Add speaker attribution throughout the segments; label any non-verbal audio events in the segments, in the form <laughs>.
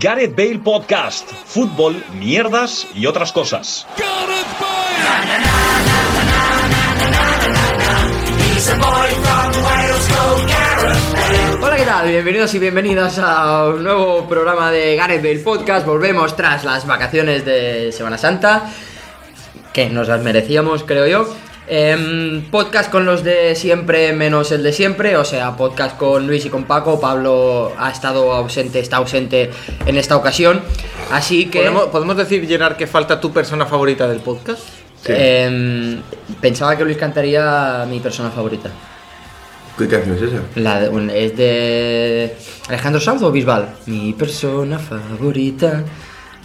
Speaker 1: Gareth Bale Podcast, fútbol, mierdas y otras cosas.
Speaker 2: Hola, ¿qué tal? Bienvenidos y bienvenidas a un nuevo programa de Gareth Bale Podcast. Volvemos tras las vacaciones de Semana Santa, que nos las merecíamos, creo yo. Em, podcast con los de siempre menos el de siempre, o sea, podcast con Luis y con Paco. Pablo ha estado ausente, está ausente en esta ocasión. Así que
Speaker 3: ¿Podemos, podemos decir, Gerard, que falta tu persona favorita del podcast?
Speaker 2: em, pensaba que Luis cantaría mi persona favorita.
Speaker 4: ¿Qué canción es esa?
Speaker 2: La de- un- es de Alejandro Sanz o Bisbal. Mi persona favorita.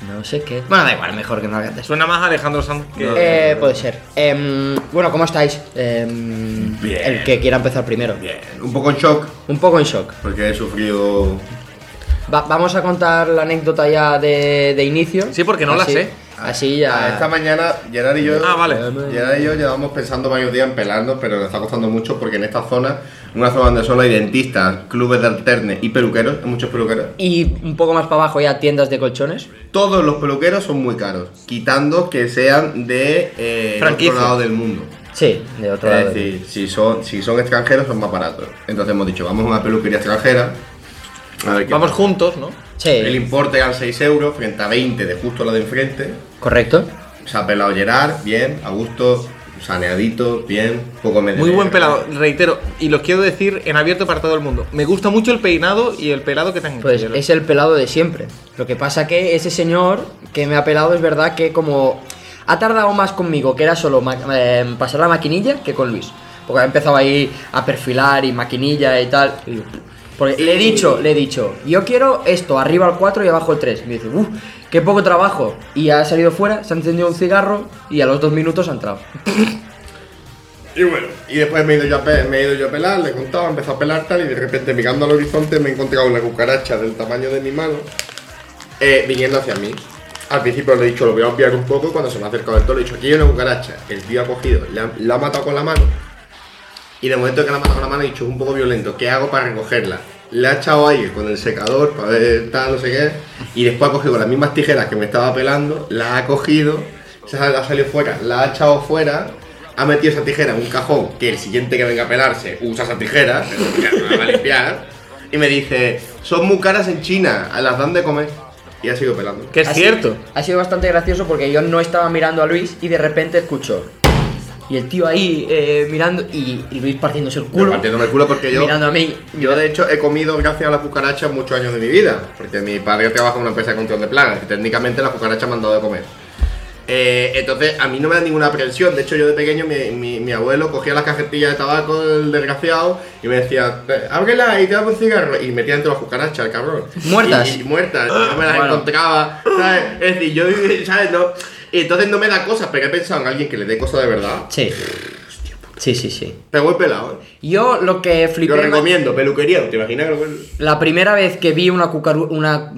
Speaker 2: No sé qué. Bueno, da igual, mejor que no la cantes.
Speaker 3: Suena más a Alejandro Sanz que.
Speaker 4: No.
Speaker 2: Eh, puede ser. Em, bueno, ¿cómo estáis? Em,
Speaker 4: Bien.
Speaker 2: El que quiera empezar primero.
Speaker 4: Bien, un poco en shock
Speaker 2: Un poco en shock.
Speaker 4: porque he sufrido.
Speaker 2: Va- vamos a contar la anécdota ya de, de inicio.
Speaker 3: Sí, porque no la
Speaker 2: Así-
Speaker 3: sé.
Speaker 2: Así ya.
Speaker 4: Ah, Esta mañana Gerard y yo.
Speaker 3: Ah, vale.
Speaker 4: Gerard y yo llevamos pensando varios días en pelarnos, pero nos está costando mucho porque en esta zona, una zona donde solo hay dentistas, clubes de alterne y peluqueros, hay muchos peluqueros.
Speaker 2: Y un poco más para abajo ya tiendas de colchones.
Speaker 4: Todos los peluqueros son muy caros, quitando que sean de eh, el
Speaker 3: Franquicia.
Speaker 4: otro lado del mundo.
Speaker 2: Sí, de otro lado.
Speaker 4: Es decir, si son, si son extranjeros son más baratos. Entonces hemos dicho, vamos a una peluquería extranjera. A ver qué
Speaker 3: Vamos
Speaker 4: pasa.
Speaker 3: juntos, ¿no?
Speaker 2: Sí,
Speaker 4: El importe eran 6 euros frente a 20 de justo la de enfrente.
Speaker 2: correcto.
Speaker 4: Se ha pelado Gerard, bien, a gusto, saneadito, bien, poco medio.
Speaker 3: Muy buen pelado, reitero, y los quiero decir en abierto para todo el mundo. Me gusta mucho el peinado y el pelado que te han hecho,
Speaker 2: Pues
Speaker 3: Gerard.
Speaker 2: es el pelado de siempre. Lo que pasa que ese señor que me ha pelado es verdad que como ha tardado más conmigo, que era solo ma- eh, pasar la maquinilla, que con Luis. Porque ha empezado ahí a perfilar y maquinilla y tal. Y yo, porque le he dicho, le he dicho, yo quiero esto, arriba el 4 y abajo el 3. Y me dice, uff, qué poco trabajo. Y ha salido fuera, se ha encendido un cigarro y a los dos minutos ha entrado.
Speaker 4: Y bueno, y después me he ido yo a, pe- me he ido yo a pelar, le he contado, he empezado a pelar tal, y de repente mirando al horizonte me he encontrado una cucaracha del tamaño de mi mano eh, viniendo hacia mí. Al principio le he dicho, lo voy a obviar un poco, y cuando se me ha acercado del todo, le he dicho, aquí hay una cucaracha. El tío ha cogido, la, la ha matado con la mano, y de momento que la ha matado con la mano, he dicho, es un poco violento, ¿qué hago para recogerla? Le ha echado aire con el secador, para ver tal, no sé qué, y después ha cogido las mismas tijeras que me estaba pelando, la ha cogido, se ha, ha salido fuera, la ha echado fuera, ha metido esa tijera en un cajón, que el siguiente que venga a pelarse usa esa tijera, <laughs> pero ya no la va a limpiar, y me dice, son muy caras en China, las dan de comer, y ha sido pelando.
Speaker 3: que es
Speaker 2: Ha
Speaker 3: cierto.
Speaker 2: sido- ha sido bastante gracioso porque yo no estaba mirando a Luis y de repente escucho. Y el tío ahí eh, mirando y, y Luis partiéndose el
Speaker 4: Yo
Speaker 2: culo.
Speaker 4: partiéndome el culo porque yo...
Speaker 2: mirando a mí.
Speaker 4: Yo de hecho he comido gracias a la cucaracha muchos años de mi vida, porque mi padre trabaja en una empresa de control de plagas y técnicamente la cucaracha me han dado de comer. Eh, entonces a mí no me da ninguna aprensión, de hecho yo de pequeño mi, mi- mi abuelo cogía las cajetillas de tabaco del desgraciado y me decía, ábrela y te daba un cigarro y metía dentro las cucarachas, el cabrón.
Speaker 2: Muertas.
Speaker 4: Y, y muertas, y no me las
Speaker 2: Bueno.
Speaker 4: encontraba, ¿sabes? Es decir, yo, <laughs> ¿sabes? No. Y entonces no me da cosas, pero he pensado en alguien que le dé cosas de verdad.
Speaker 2: Sí. Sí, sí, sí.
Speaker 4: Pero voy pelado. ¿eh?
Speaker 2: Yo lo que flipé.
Speaker 4: Lo recomiendo, peluquería, ¿te imaginas?
Speaker 2: La primera vez que vi una cucaru una,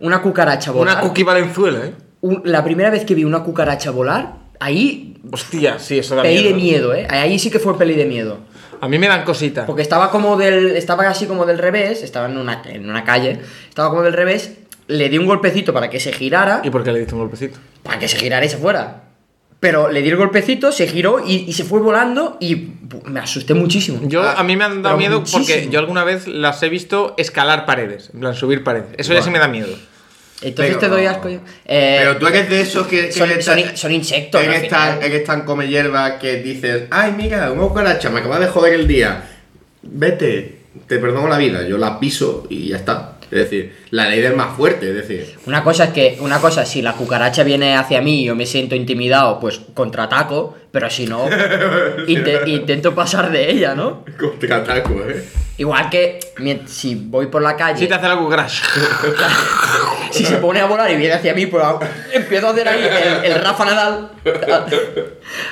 Speaker 2: una cucaracha volar.
Speaker 3: Una cookie valenzuela, ¿eh?
Speaker 2: un- la primera vez que vi una cucaracha volar, ahí
Speaker 3: Hostia, sí, eso da
Speaker 2: peli de
Speaker 3: miedo.
Speaker 2: miedo, eh. Ahí sí que fue peli de miedo.
Speaker 3: A mí me dan cositas.
Speaker 2: Porque estaba como del. Estaba así como del revés, estaba en una, en una calle, estaba como del revés, le di un golpecito para que se girara,
Speaker 3: ¿Y por qué le diste un golpecito?
Speaker 2: para que se girara y se fuera. Pero le di el golpecito, se giró y, y se fue volando y bu, me asusté muchísimo.
Speaker 3: Yo,
Speaker 4: Ah,
Speaker 3: a mí me han
Speaker 2: pero
Speaker 3: dado miedo porque
Speaker 2: muchísimo.
Speaker 3: yo alguna vez las he visto escalar paredes, en plan subir paredes. Eso ya sí me da miedo.
Speaker 2: Entonces
Speaker 4: pero
Speaker 2: te doy
Speaker 4: no.
Speaker 2: asco yo. Eh,
Speaker 4: Pero tú eres de esos que, que
Speaker 2: son,
Speaker 4: están-
Speaker 2: son in- son insectos.
Speaker 4: que
Speaker 2: al
Speaker 4: están-
Speaker 2: final.
Speaker 4: que están come hierba que dices, ay, mira, una cucaracha, me acaba de joder el día. Vete, te perdono la vida, yo la piso y ya está. Es decir, la ley del más fuerte, es decir. <laughs>
Speaker 2: Una cosa es que, una cosa, si la cucaracha viene hacia mí y yo me siento intimidado, pues contraataco, pero si
Speaker 4: <laughs>
Speaker 2: no, inte- intento pasar de ella, ¿no?
Speaker 4: Contraataco, eh.
Speaker 2: Igual que mien- si voy por la calle.
Speaker 3: Si te hace la cucaracha.
Speaker 2: Si se pone a volar y viene hacia mí, pues hago- empiezo a hacer ahí el, el Rafa Nadal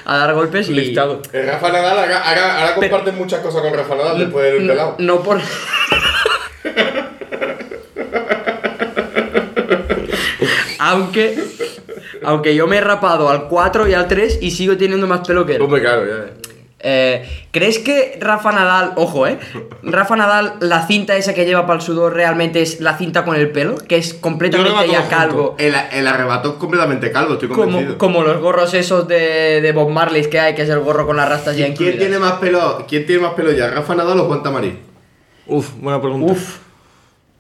Speaker 2: a, a dar golpes y.
Speaker 3: Listado.
Speaker 4: Eh, Rafa Nadal, ahora, ahora- ahora comparten muchas cosas con Rafa Nadal después del
Speaker 2: No,
Speaker 4: pelado.
Speaker 2: no por. aunque. Aunque yo me he rapado al 4 y al 3 y sigo teniendo más pelo que él.
Speaker 4: Hombre, claro, ya.
Speaker 2: Eh, ¿Crees que Rafa Nadal, ojo, eh? Rafa Nadal, la cinta esa que lleva para el sudor realmente es la cinta con el pelo, que es
Speaker 3: Yo creo
Speaker 2: completamente
Speaker 3: que va
Speaker 2: ya
Speaker 3: todo
Speaker 2: calvo.
Speaker 4: El, el arrebato es completamente calvo, estoy
Speaker 2: Como,
Speaker 4: convencido.
Speaker 2: como los gorros esos de, de Bob Marley que hay, que es el gorro con las rastas ya
Speaker 4: ¿Quién
Speaker 2: incluidas.
Speaker 4: tiene más pelo? ¿Quién tiene más pelo ya? ¿Rafa Nadal o Juan Tamariz?
Speaker 3: Uf, buena pregunta.
Speaker 2: Uf.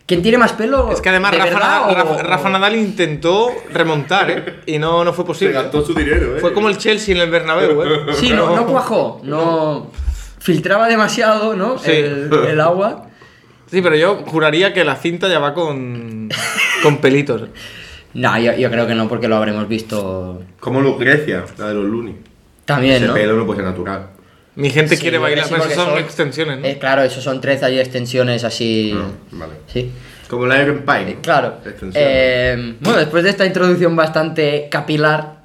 Speaker 2: ¿Quién tiene más pelo?
Speaker 3: Es que además
Speaker 2: ¿De
Speaker 3: Rafa
Speaker 2: verdad
Speaker 3: Nadal,
Speaker 2: o-
Speaker 3: Rafa- Rafa Nadal intentó remontar, ¿eh? Y no, no fue
Speaker 4: Se
Speaker 3: posible.
Speaker 4: gastó su dinero, eh.
Speaker 3: Fue como el Chelsea en el Bernabéu,
Speaker 4: <laughs>
Speaker 3: ¿eh?
Speaker 2: Sí, no, no cuajó, no filtraba demasiado, ¿no?
Speaker 3: Sí.
Speaker 2: El, el agua.
Speaker 3: Sí, pero yo juraría que la cinta ya va con, con pelitos.
Speaker 2: No, yo, yo creo que no, porque lo habremos visto
Speaker 4: Como Lucrecia, la de los Looney.
Speaker 2: también,
Speaker 4: Ese
Speaker 2: ¿no?
Speaker 4: pelo no puede ser natural.
Speaker 3: Mi gente
Speaker 2: Sí,
Speaker 3: quiere
Speaker 2: yo
Speaker 3: bailar,
Speaker 2: creo
Speaker 3: pero
Speaker 2: que sí, porque
Speaker 3: eso son,
Speaker 2: son-
Speaker 3: extensiones, ¿no?
Speaker 2: Eh, claro, esos son trenzas y extensiones así.
Speaker 4: Ah, Vale.
Speaker 2: Sí.
Speaker 4: Como la Iron Pine.
Speaker 2: Eh, Claro.
Speaker 4: Extensión.
Speaker 2: Eh, bueno, después de esta introducción bastante capilar,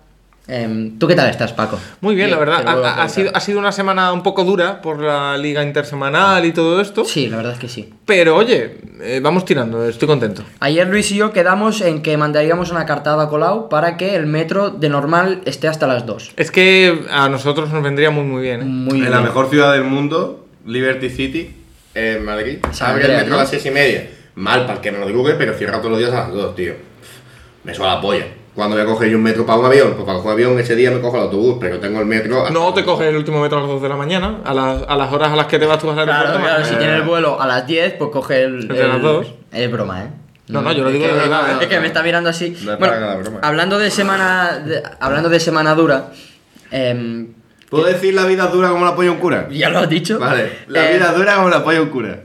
Speaker 2: em, ¿tú qué tal estás, Paco?
Speaker 3: Muy bien, la
Speaker 2: te
Speaker 3: verdad.
Speaker 2: lo
Speaker 3: Ha-
Speaker 2: vuelvo a
Speaker 3: Ha, ha sido,
Speaker 2: preguntar.
Speaker 3: ha sido una semana un poco dura por la liga intersemanal y todo esto.
Speaker 2: Sí, la verdad es que sí.
Speaker 3: Pero oye, eh, vamos tirando, estoy contento.
Speaker 2: Ayer Luis y yo quedamos en que mandaríamos una cartada a Colau para que el metro de normal esté hasta las 2.
Speaker 3: Es que a nosotros nos vendría muy muy bien. ¿eh?
Speaker 2: Muy
Speaker 4: en
Speaker 2: bien.
Speaker 4: la mejor ciudad del mundo, Liberty City, en Madrid.
Speaker 2: San
Speaker 4: Abre el
Speaker 2: Andreas,
Speaker 4: metro
Speaker 2: ¿no?
Speaker 4: a las seis y media. Mal para el que me lo divulgue, pero cierra todos los días a las dos, tío. Me suena la polla. Cuando voy a coger yo un metro para un avión, pues para coger un avión ese día me cojo el autobús, pero tengo el metro. hasta-
Speaker 3: No te coges el último metro a las 2 de la mañana, a las, a las horas a las que te vas tú al
Speaker 2: Claro,
Speaker 3: aeropuerto.
Speaker 2: claro,
Speaker 3: más.
Speaker 2: si tiene el vuelo a las 10, pues coge el.
Speaker 3: Entre las
Speaker 2: el-
Speaker 3: dos.
Speaker 2: Es broma, ¿eh?
Speaker 3: No, no, yo lo
Speaker 2: Es
Speaker 3: digo
Speaker 2: que-
Speaker 3: de verdad,
Speaker 4: ¿eh?
Speaker 2: Es que me está mirando así.
Speaker 4: No es
Speaker 2: bueno,
Speaker 4: para nada broma.
Speaker 2: hablando de semana. de- hablando de semana dura. em,
Speaker 4: ¿Puedo decir la vida es dura como la polla un cura?
Speaker 2: ya lo has dicho.
Speaker 4: Vale, la
Speaker 2: Eh,
Speaker 4: vida es dura como la polla un cura.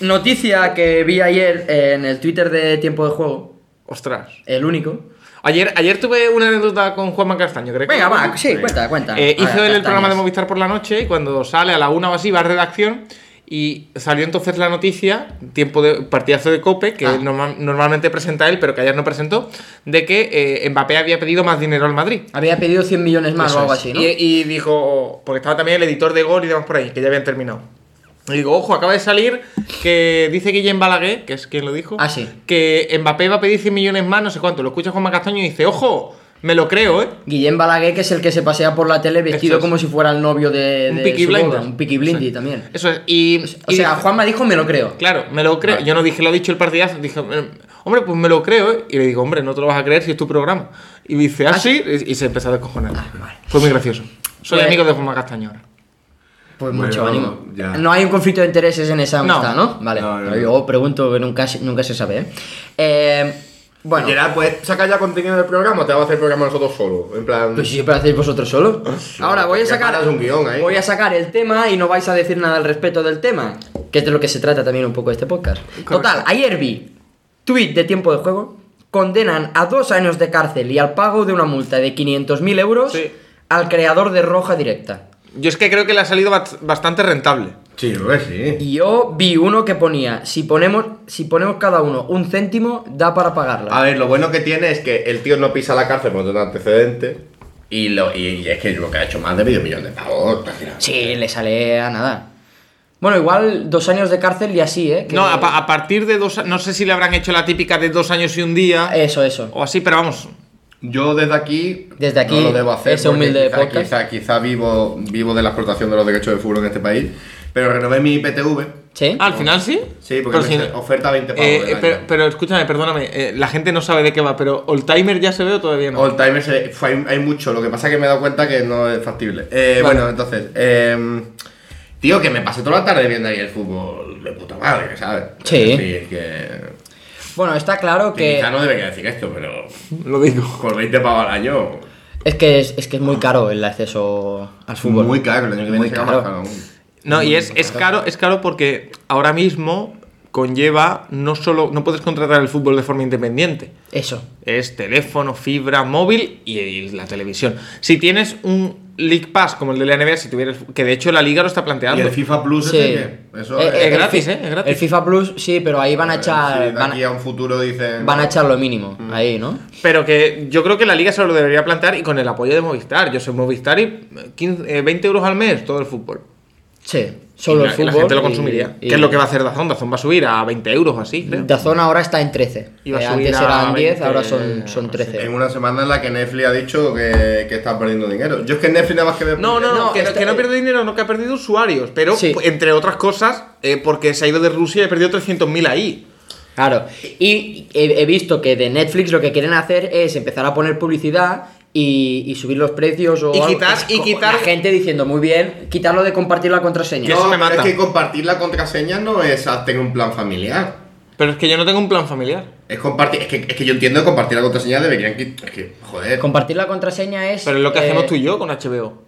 Speaker 2: Noticia que vi ayer en el Twitter de Tiempo de Juego,
Speaker 3: eh, Ostras.
Speaker 2: el único.
Speaker 3: Ayer, ayer tuve una anécdota con Juanma Castaño, creo que.
Speaker 2: Venga, va, sí, cuenta, cuenta.
Speaker 3: Eh,
Speaker 2: Ahora,
Speaker 3: hizo él el
Speaker 2: castañas.
Speaker 3: programa de Movistar por la noche y cuando sale a la una o así va a redacción y salió entonces la noticia, tiempo de partidazo de Cope, que
Speaker 2: Ah.
Speaker 3: norma- normalmente presenta él, pero que ayer no presentó, de que eh, Mbappé había pedido más dinero al Madrid.
Speaker 2: Había pedido 100 millones más
Speaker 3: Eso
Speaker 2: o algo
Speaker 3: es.
Speaker 2: así, ¿no?
Speaker 3: y, y dijo, porque estaba también el editor de gol y demás por ahí, que ya habían terminado. Y digo, ojo, acaba de salir que dice Guillem Balaguer, que es quien lo dijo,
Speaker 2: Ah, sí.
Speaker 3: que Mbappé va a pedir 100 millones más, no sé cuánto. Lo escucha Juanma Castaño y dice, ojo, me lo creo, ¿eh?
Speaker 2: Guillem Balaguer, que es el que se pasea por la tele vestido
Speaker 3: Eso es.
Speaker 2: como si fuera el novio de,
Speaker 3: Un
Speaker 2: de
Speaker 3: Peaky
Speaker 2: su boda,
Speaker 3: Blinders.
Speaker 2: un Peaky Blindy
Speaker 3: Sí.
Speaker 2: también.
Speaker 3: Eso es. Y,
Speaker 2: O
Speaker 3: y
Speaker 2: sea,
Speaker 3: dice-
Speaker 2: Juanma dijo me lo creo.
Speaker 3: Claro, me lo creo.
Speaker 4: Vale.
Speaker 3: Yo no dije, lo ha dicho el partidazo. Dije, hombre, pues me lo creo. ¿eh? Y le digo, hombre, no te lo vas a creer si es tu programa. Y dice, ah, sí. Y, y se empezó a descojonar.
Speaker 2: Ah, vale.
Speaker 3: Fue muy gracioso. Soy
Speaker 2: Pues-
Speaker 3: amigo de Juanma Castaño ahora.
Speaker 2: Pues
Speaker 4: Bueno,
Speaker 2: mucho ánimo.
Speaker 4: ya.
Speaker 2: No hay un conflicto de intereses en esa
Speaker 3: No.
Speaker 2: amistad, ¿no? Vale.
Speaker 4: No, no,
Speaker 2: Pero
Speaker 4: no.
Speaker 2: yo pregunto que nunca, se- nunca se sabe, ¿eh? Eh, bueno,
Speaker 4: Gerard, pues saca ya contenido del programa o te vas a hacer el programa nosotros solo. En plan.
Speaker 2: pues si siempre lo hacéis vosotros solos. Ahora voy a
Speaker 4: que
Speaker 2: sacar.
Speaker 4: paras un guión ahí.
Speaker 2: Voy a sacar el tema y no vais a decir nada al respecto del tema. Que es de lo que se trata también un poco este podcast. Total, ayer vi tweet de tiempo de juego. Condenan a dos años de cárcel y al pago de una multa de 500.000 euros
Speaker 3: Sí.
Speaker 2: al creador de Roja Directa.
Speaker 3: Yo es que creo que le ha salido bast- bastante rentable.
Speaker 4: Sí, lo ves, sí.
Speaker 2: Y yo vi uno que ponía, si ponemos, si ponemos cada uno un céntimo, da para pagarla.
Speaker 4: A ver, lo bueno que tiene es que el tío no pisa la cárcel por no tener antecedentes. Y, lo, y es que lo que ha hecho más de medio millón de pavos. tranquilamente.
Speaker 2: Sí, le sale a nada. Bueno, igual dos años de cárcel y así, ¿eh? Que-
Speaker 3: No, a, pa- a partir de dos. a- No sé si le habrán hecho la típica de dos años y un día.
Speaker 2: Eso, eso.
Speaker 3: O así, pero vamos.
Speaker 4: Yo desde aquí.
Speaker 2: Desde aquí,
Speaker 4: No lo debo hacer.
Speaker 2: ese
Speaker 4: porque
Speaker 2: humilde
Speaker 4: quizá,
Speaker 2: podcast.
Speaker 4: Quizá, quizá vivo, vivo de la explotación de los derechos de fútbol en este país. Pero renové mi IPTV.
Speaker 2: ¿Sí?
Speaker 3: Ah, al final sí.
Speaker 4: Sí, porque
Speaker 3: Pero sí.
Speaker 4: me oferta 20 pavos.
Speaker 3: Eh,
Speaker 4: del
Speaker 3: eh,
Speaker 4: año.
Speaker 3: pero, pero escúchame, perdóname. eh, la gente no sabe de qué va, pero ¿Old Timer ya se ve o todavía no?
Speaker 4: All timers eh, fue- hay, hay mucho, lo que pasa es que me he dado cuenta que no es factible. Eh,
Speaker 3: Vale.
Speaker 4: Bueno, entonces, eh, tío, que me pasé toda la tarde viendo ahí el fútbol de puta madre, ¿sabes?
Speaker 2: Sí.
Speaker 4: Es decir, que,
Speaker 2: Bueno, está claro
Speaker 4: que
Speaker 2: que
Speaker 4: quizá no debería decir esto, pero
Speaker 3: Lo digo.
Speaker 4: por 20 pavos al año.
Speaker 2: es que es, es que es muy caro el acceso al fútbol.
Speaker 4: Muy caro, el año que viene
Speaker 2: Muy
Speaker 4: será
Speaker 2: caro.
Speaker 4: más caro aún.
Speaker 3: No, y es, es caro, es caro porque ahora mismo conlleva no solo. No puedes contratar el fútbol de forma independiente.
Speaker 2: Eso.
Speaker 3: Es teléfono, fibra, móvil y, y la televisión. Si tienes un League Pass como el de la NBA, si tuvieras. Que de hecho la liga lo está
Speaker 4: Y
Speaker 3: planteando.
Speaker 4: el FIFA Plus
Speaker 2: Sí.
Speaker 4: ese que- Eso
Speaker 2: Eh,
Speaker 4: es.
Speaker 2: eh, el
Speaker 3: gratis,
Speaker 2: fi-
Speaker 3: pues, ¿eh? Es gratis.
Speaker 2: El FIFA Plus, sí, pero ahí van a echar.
Speaker 4: Sí, de
Speaker 2: van,
Speaker 4: aquí a
Speaker 2: a,
Speaker 4: un futuro dicen.
Speaker 2: van a echar lo mínimo.
Speaker 3: Mm.
Speaker 2: Ahí, ¿no?
Speaker 3: Pero que yo creo que la liga se lo debería plantear y con eh, el apoyo de Movistar. Yo soy Movistar y 15, eh, 20 euros al mes todo el fútbol.
Speaker 2: Sí. Solo
Speaker 3: y la,
Speaker 2: el
Speaker 3: y la
Speaker 2: fútbol
Speaker 3: gente lo
Speaker 2: y-
Speaker 3: consumiría.
Speaker 2: y-
Speaker 3: ¿Qué es lo que va a hacer Dazón? Dazón va a subir a 20 euros o así, creo.
Speaker 2: Dazón ahora está en 13.
Speaker 3: Iba a
Speaker 2: Eh,
Speaker 3: subir
Speaker 2: antes
Speaker 3: a
Speaker 2: eran 10,
Speaker 3: 20,
Speaker 2: ahora son, son
Speaker 3: no sé.
Speaker 2: 13.
Speaker 4: En una semana en la que Netflix ha dicho que, que está perdiendo dinero. Yo es que Netflix nada más que veo.
Speaker 3: No, no, no,
Speaker 2: No,
Speaker 3: que, no-
Speaker 2: este-
Speaker 3: que no pierde dinero, no que ha perdido usuarios, pero
Speaker 2: Sí.
Speaker 3: pu- entre otras cosas, eh, porque se ha ido de Rusia y ha perdido 300.000 ahí.
Speaker 2: Claro. Y he, he visto que de Netflix lo que quieren hacer es empezar a poner publicidad y, y subir los precios o
Speaker 3: Y
Speaker 2: algo.
Speaker 3: quitar-
Speaker 2: Es
Speaker 3: y
Speaker 2: como
Speaker 3: quitar-
Speaker 2: La gente diciendo, muy bien, quitarlo de compartir la contraseña.
Speaker 3: Que eso me
Speaker 4: pero
Speaker 3: mata.
Speaker 4: Es que compartir la contraseña no es tener un plan familiar.
Speaker 3: Pero es que yo no tengo un plan familiar.
Speaker 4: Es compartir. Es que, es que yo entiendo que compartir la contraseña deberían quitar. Es que, joder.
Speaker 2: Eh, Compartir la contraseña es...
Speaker 3: Pero es lo que
Speaker 2: eh,
Speaker 3: hacemos tú y yo con HBO.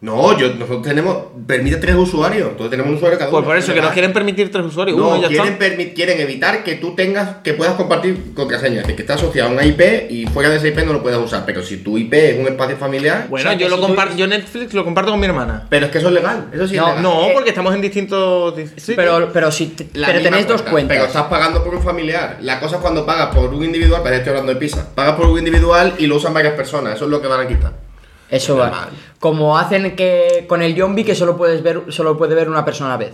Speaker 4: No, yo, nosotros tenemos. Permite tres usuarios. Entonces tenemos un usuario cada uno.
Speaker 3: Pues por eso, que nos quieren permitir tres usuarios.
Speaker 4: No,
Speaker 3: uno y ya
Speaker 4: quieren,
Speaker 3: está.
Speaker 4: permi- quieren evitar que tú tengas, que puedas compartir contraseña, es decir, que está asociado a una IP y fuera de esa IP no lo puedes usar, pero si tu IP es un espacio familiar,
Speaker 3: Bueno,
Speaker 2: O sea,
Speaker 3: yo
Speaker 2: que
Speaker 3: lo
Speaker 2: si tú-
Speaker 3: comparto, yo Netflix lo comparto con mi hermana.
Speaker 4: pero es que eso es legal, eso sí
Speaker 2: No,
Speaker 4: es legal.
Speaker 3: No,
Speaker 2: Eh,
Speaker 3: porque estamos en distintos. distritos.
Speaker 2: Pero, pero, si te-
Speaker 4: La
Speaker 2: pero
Speaker 4: misma
Speaker 2: tenéis dos
Speaker 4: cuenta,
Speaker 2: cuentas.
Speaker 4: Pero estás pagando por un familiar. La cosa es cuando pagas por un individual, pero estoy hablando de pizza. Pagas por un individual y lo usan varias personas. Eso es lo que van a quitar.
Speaker 2: Eso va.
Speaker 4: Normal.
Speaker 2: Como hacen que con el zombie que solo puedes ver, solo puede ver una persona a la vez.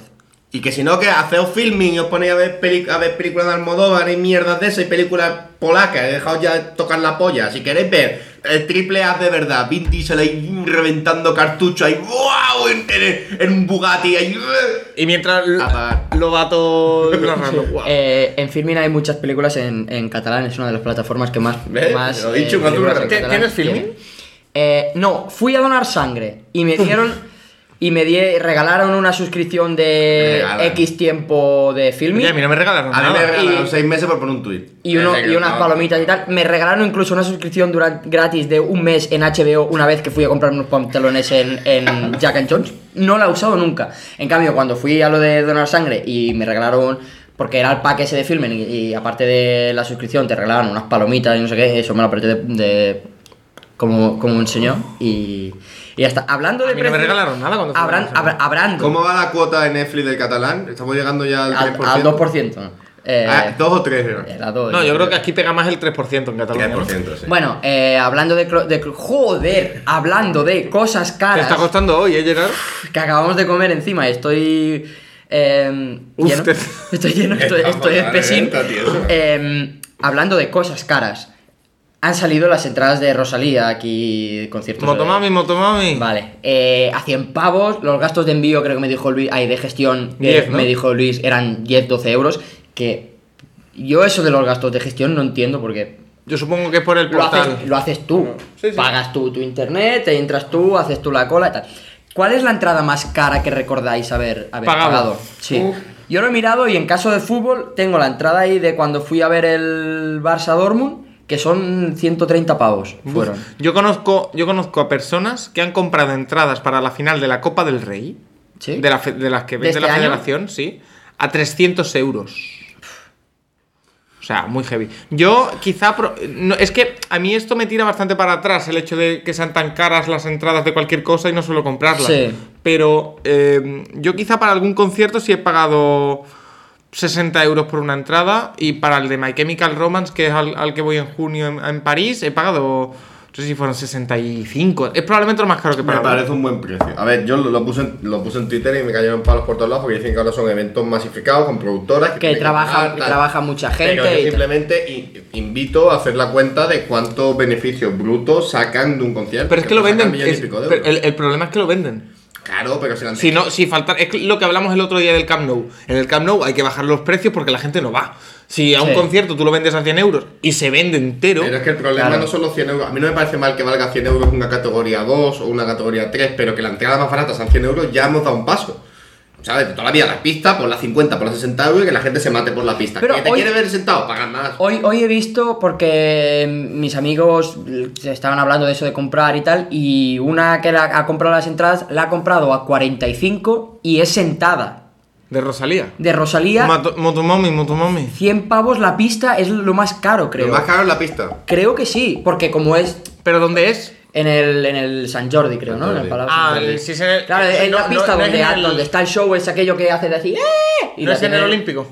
Speaker 4: Y que si no, que hacéis filming y os ponéis a ver, peli- a ver películas de Almodóvar y mierdas de esas y películas polacas. He dejado ya de tocar la polla. Si queréis ver el triple A de verdad, Vin Diesel ahí reventando cartuchos ahí, ¡wow! En, en- en un Bugatti ahí. ¡eh!
Speaker 3: Y mientras
Speaker 4: Apagar.
Speaker 3: lo
Speaker 4: <laughs>
Speaker 3: vato narrando. guau.
Speaker 2: Eh, en Filmin hay muchas películas en, en catalán, es una de las plataformas que más.
Speaker 4: ¿Ves?
Speaker 2: más eh,
Speaker 4: Lo he dicho, cuando
Speaker 2: películas
Speaker 4: me-
Speaker 2: en
Speaker 3: ¿Ti-
Speaker 2: catalán
Speaker 3: tienes Filmin?
Speaker 2: tiene. Eh, no, fui a donar sangre y me dieron. y me die- regalaron una suscripción de
Speaker 4: Regalan.
Speaker 2: X tiempo de Filmin.
Speaker 3: Oye, a mí no me regalaron
Speaker 4: A mí me
Speaker 3: nada.
Speaker 4: regalaron
Speaker 2: Y-
Speaker 4: seis meses por poner un tweet.
Speaker 2: Y, uno- y unas palomitas y tal. Me regalaron incluso una suscripción duran- gratis de un mes en HBO una vez que fui a comprarme unos pantalones en, en Jack and Jones. No la he usado nunca. En cambio, cuando fui a lo de donar sangre y me regalaron, porque era el pack ese de filmen y, y aparte de la suscripción te regalaban unas palomitas y no sé qué, eso me lo apreté de, de- como, como un señor y, y ya está. Hablando de
Speaker 3: A mí no me
Speaker 2: precios,
Speaker 3: regalaron nada cuando fui a
Speaker 2: habran-
Speaker 3: donar sangre.
Speaker 2: habra- hablando
Speaker 4: ¿Cómo va la cuota de Netflix del catalán? Estamos llegando ya al 3%.
Speaker 2: al, al 2%. eh,
Speaker 4: Ah, ¿Dos o tres era?
Speaker 2: era dos,
Speaker 3: No, yo creo que aquí pega más el 3% en Cataluña. ¿no?
Speaker 4: 3%, sí.
Speaker 2: Bueno, eh, hablando de, clo- de clo- Joder, hablando de cosas
Speaker 3: Te
Speaker 2: caras
Speaker 3: está costando hoy, ¿eh, Gerard?
Speaker 2: que acabamos de comer encima. Estoy. eh,
Speaker 3: Uf,
Speaker 2: lleno.
Speaker 3: te-
Speaker 2: Estoy lleno, estoy,
Speaker 4: Estamos
Speaker 2: estoy
Speaker 4: a la
Speaker 2: espesin.
Speaker 4: reventa, tío.
Speaker 2: Eh, hablando de cosas caras, han salido las entradas de Rosalía aquí, conciertos. de-
Speaker 3: Motomami, motomami.
Speaker 2: Vale, eh, a 100 pavos, los gastos de envío creo que me dijo Luis, ay, de gestión, que
Speaker 3: 10, ¿no?
Speaker 2: me dijo Luis, eran 10, 12 euros, que yo eso de los gastos de gestión no entiendo porque
Speaker 3: Yo supongo que es por el
Speaker 2: lo
Speaker 3: portal.
Speaker 2: haces, lo haces tú.
Speaker 3: Sí, sí.
Speaker 2: Pagas tú tu internet, te entras tú, haces tú la cola y tal. ¿Cuál es la entrada más cara que recordáis haber, haber
Speaker 3: Pagado.
Speaker 2: pagado? Sí.
Speaker 4: Uf.
Speaker 2: Yo lo he mirado y en caso de fútbol tengo la entrada ahí de cuando fui a ver el Barça Dortmund, que son 130 pavos. Fueron.
Speaker 3: Yo conozco, yo conozco a personas que han comprado entradas para la final de la Copa del Rey,
Speaker 2: ¿Sí?
Speaker 3: de, la fe- de las que
Speaker 2: ¿De
Speaker 3: vende
Speaker 2: este
Speaker 3: la
Speaker 2: año?
Speaker 3: federación, sí, a 300 euros. O sea, muy heavy. Yo quizá... pro- no, es que a mí esto me tira bastante para atrás, el hecho de que sean tan caras las entradas de cualquier cosa y no suelo comprarlas.
Speaker 2: Sí.
Speaker 3: Pero eh, yo quizá para algún concierto sí he pagado 60 euros por una entrada y para el de My Chemical Romance, que es al, al que voy en junio en, en París, he pagado, no sé si fueron 65. Es probablemente lo más caro que he
Speaker 4: Me
Speaker 3: pagado.
Speaker 4: parece un buen precio. A ver, yo lo, lo puse en, lo puse en Twitter y me cayeron palos por todos lados porque dicen que ahora son eventos masificados con productoras
Speaker 2: Que
Speaker 4: tienen
Speaker 2: trabaja,
Speaker 4: pagar,
Speaker 2: que
Speaker 4: tal.
Speaker 2: trabaja mucha gente.
Speaker 4: Pero yo
Speaker 2: y tal.
Speaker 4: simplemente in- invito a hacer la cuenta de cuántos beneficios brutos sacan de un concierto.
Speaker 3: Pero es que lo
Speaker 4: sacan
Speaker 3: venden.
Speaker 4: millones
Speaker 3: es-
Speaker 4: y pico de
Speaker 3: pero
Speaker 4: euros.
Speaker 3: el, el problema es que lo venden.
Speaker 4: Claro, pero si la
Speaker 3: Si no, si faltan. Es que lo que hablamos el otro día del Camp Nou. En el Camp Nou hay que bajar los precios porque la gente no va. Si a un
Speaker 2: Sí.
Speaker 3: concierto tú lo vendes a 100 euros y se vende entero.
Speaker 4: Pero es que el problema
Speaker 2: Claro.
Speaker 4: no son los 100 euros. A mí no me parece mal que valga 100 euros una categoría 2 o una categoría 3, pero que la entrada más barata sean 100 euros, ya hemos dado un paso. ¿Sabes? Toda la vida las pistas, por las 50, por las 60 euros y que la gente se mate por la pista.
Speaker 2: Pero
Speaker 4: que te
Speaker 2: hoy-
Speaker 4: quiere ver sentado, paga más.
Speaker 2: Hoy, hoy he visto porque mis amigos se estaban hablando de eso de comprar y tal, y una que la- ha comprado las entradas la ha comprado a 45 y es sentada.
Speaker 3: De Rosalía.
Speaker 2: De Rosalía,
Speaker 3: Mato- Motomami, Motomami.
Speaker 2: 100 pavos la pista es lo más caro, creo.
Speaker 4: Lo más caro es la pista.
Speaker 2: Creo que sí, porque como es
Speaker 3: ¿Pero dónde es?
Speaker 2: en el, en el San Jordi, creo, ¿no? En el
Speaker 4: Jordi.
Speaker 2: Palau
Speaker 3: Ah,
Speaker 2: Sant Jordi.
Speaker 3: el- sí es en el-
Speaker 2: Claro, en
Speaker 3: no,
Speaker 2: la
Speaker 3: no,
Speaker 2: pista
Speaker 3: no es
Speaker 2: donde,
Speaker 3: en el-
Speaker 2: donde está el show, es aquello que hace de así ¡eh! Y
Speaker 3: no
Speaker 2: la
Speaker 3: es en
Speaker 2: tiene Eh.
Speaker 3: el Olímpico.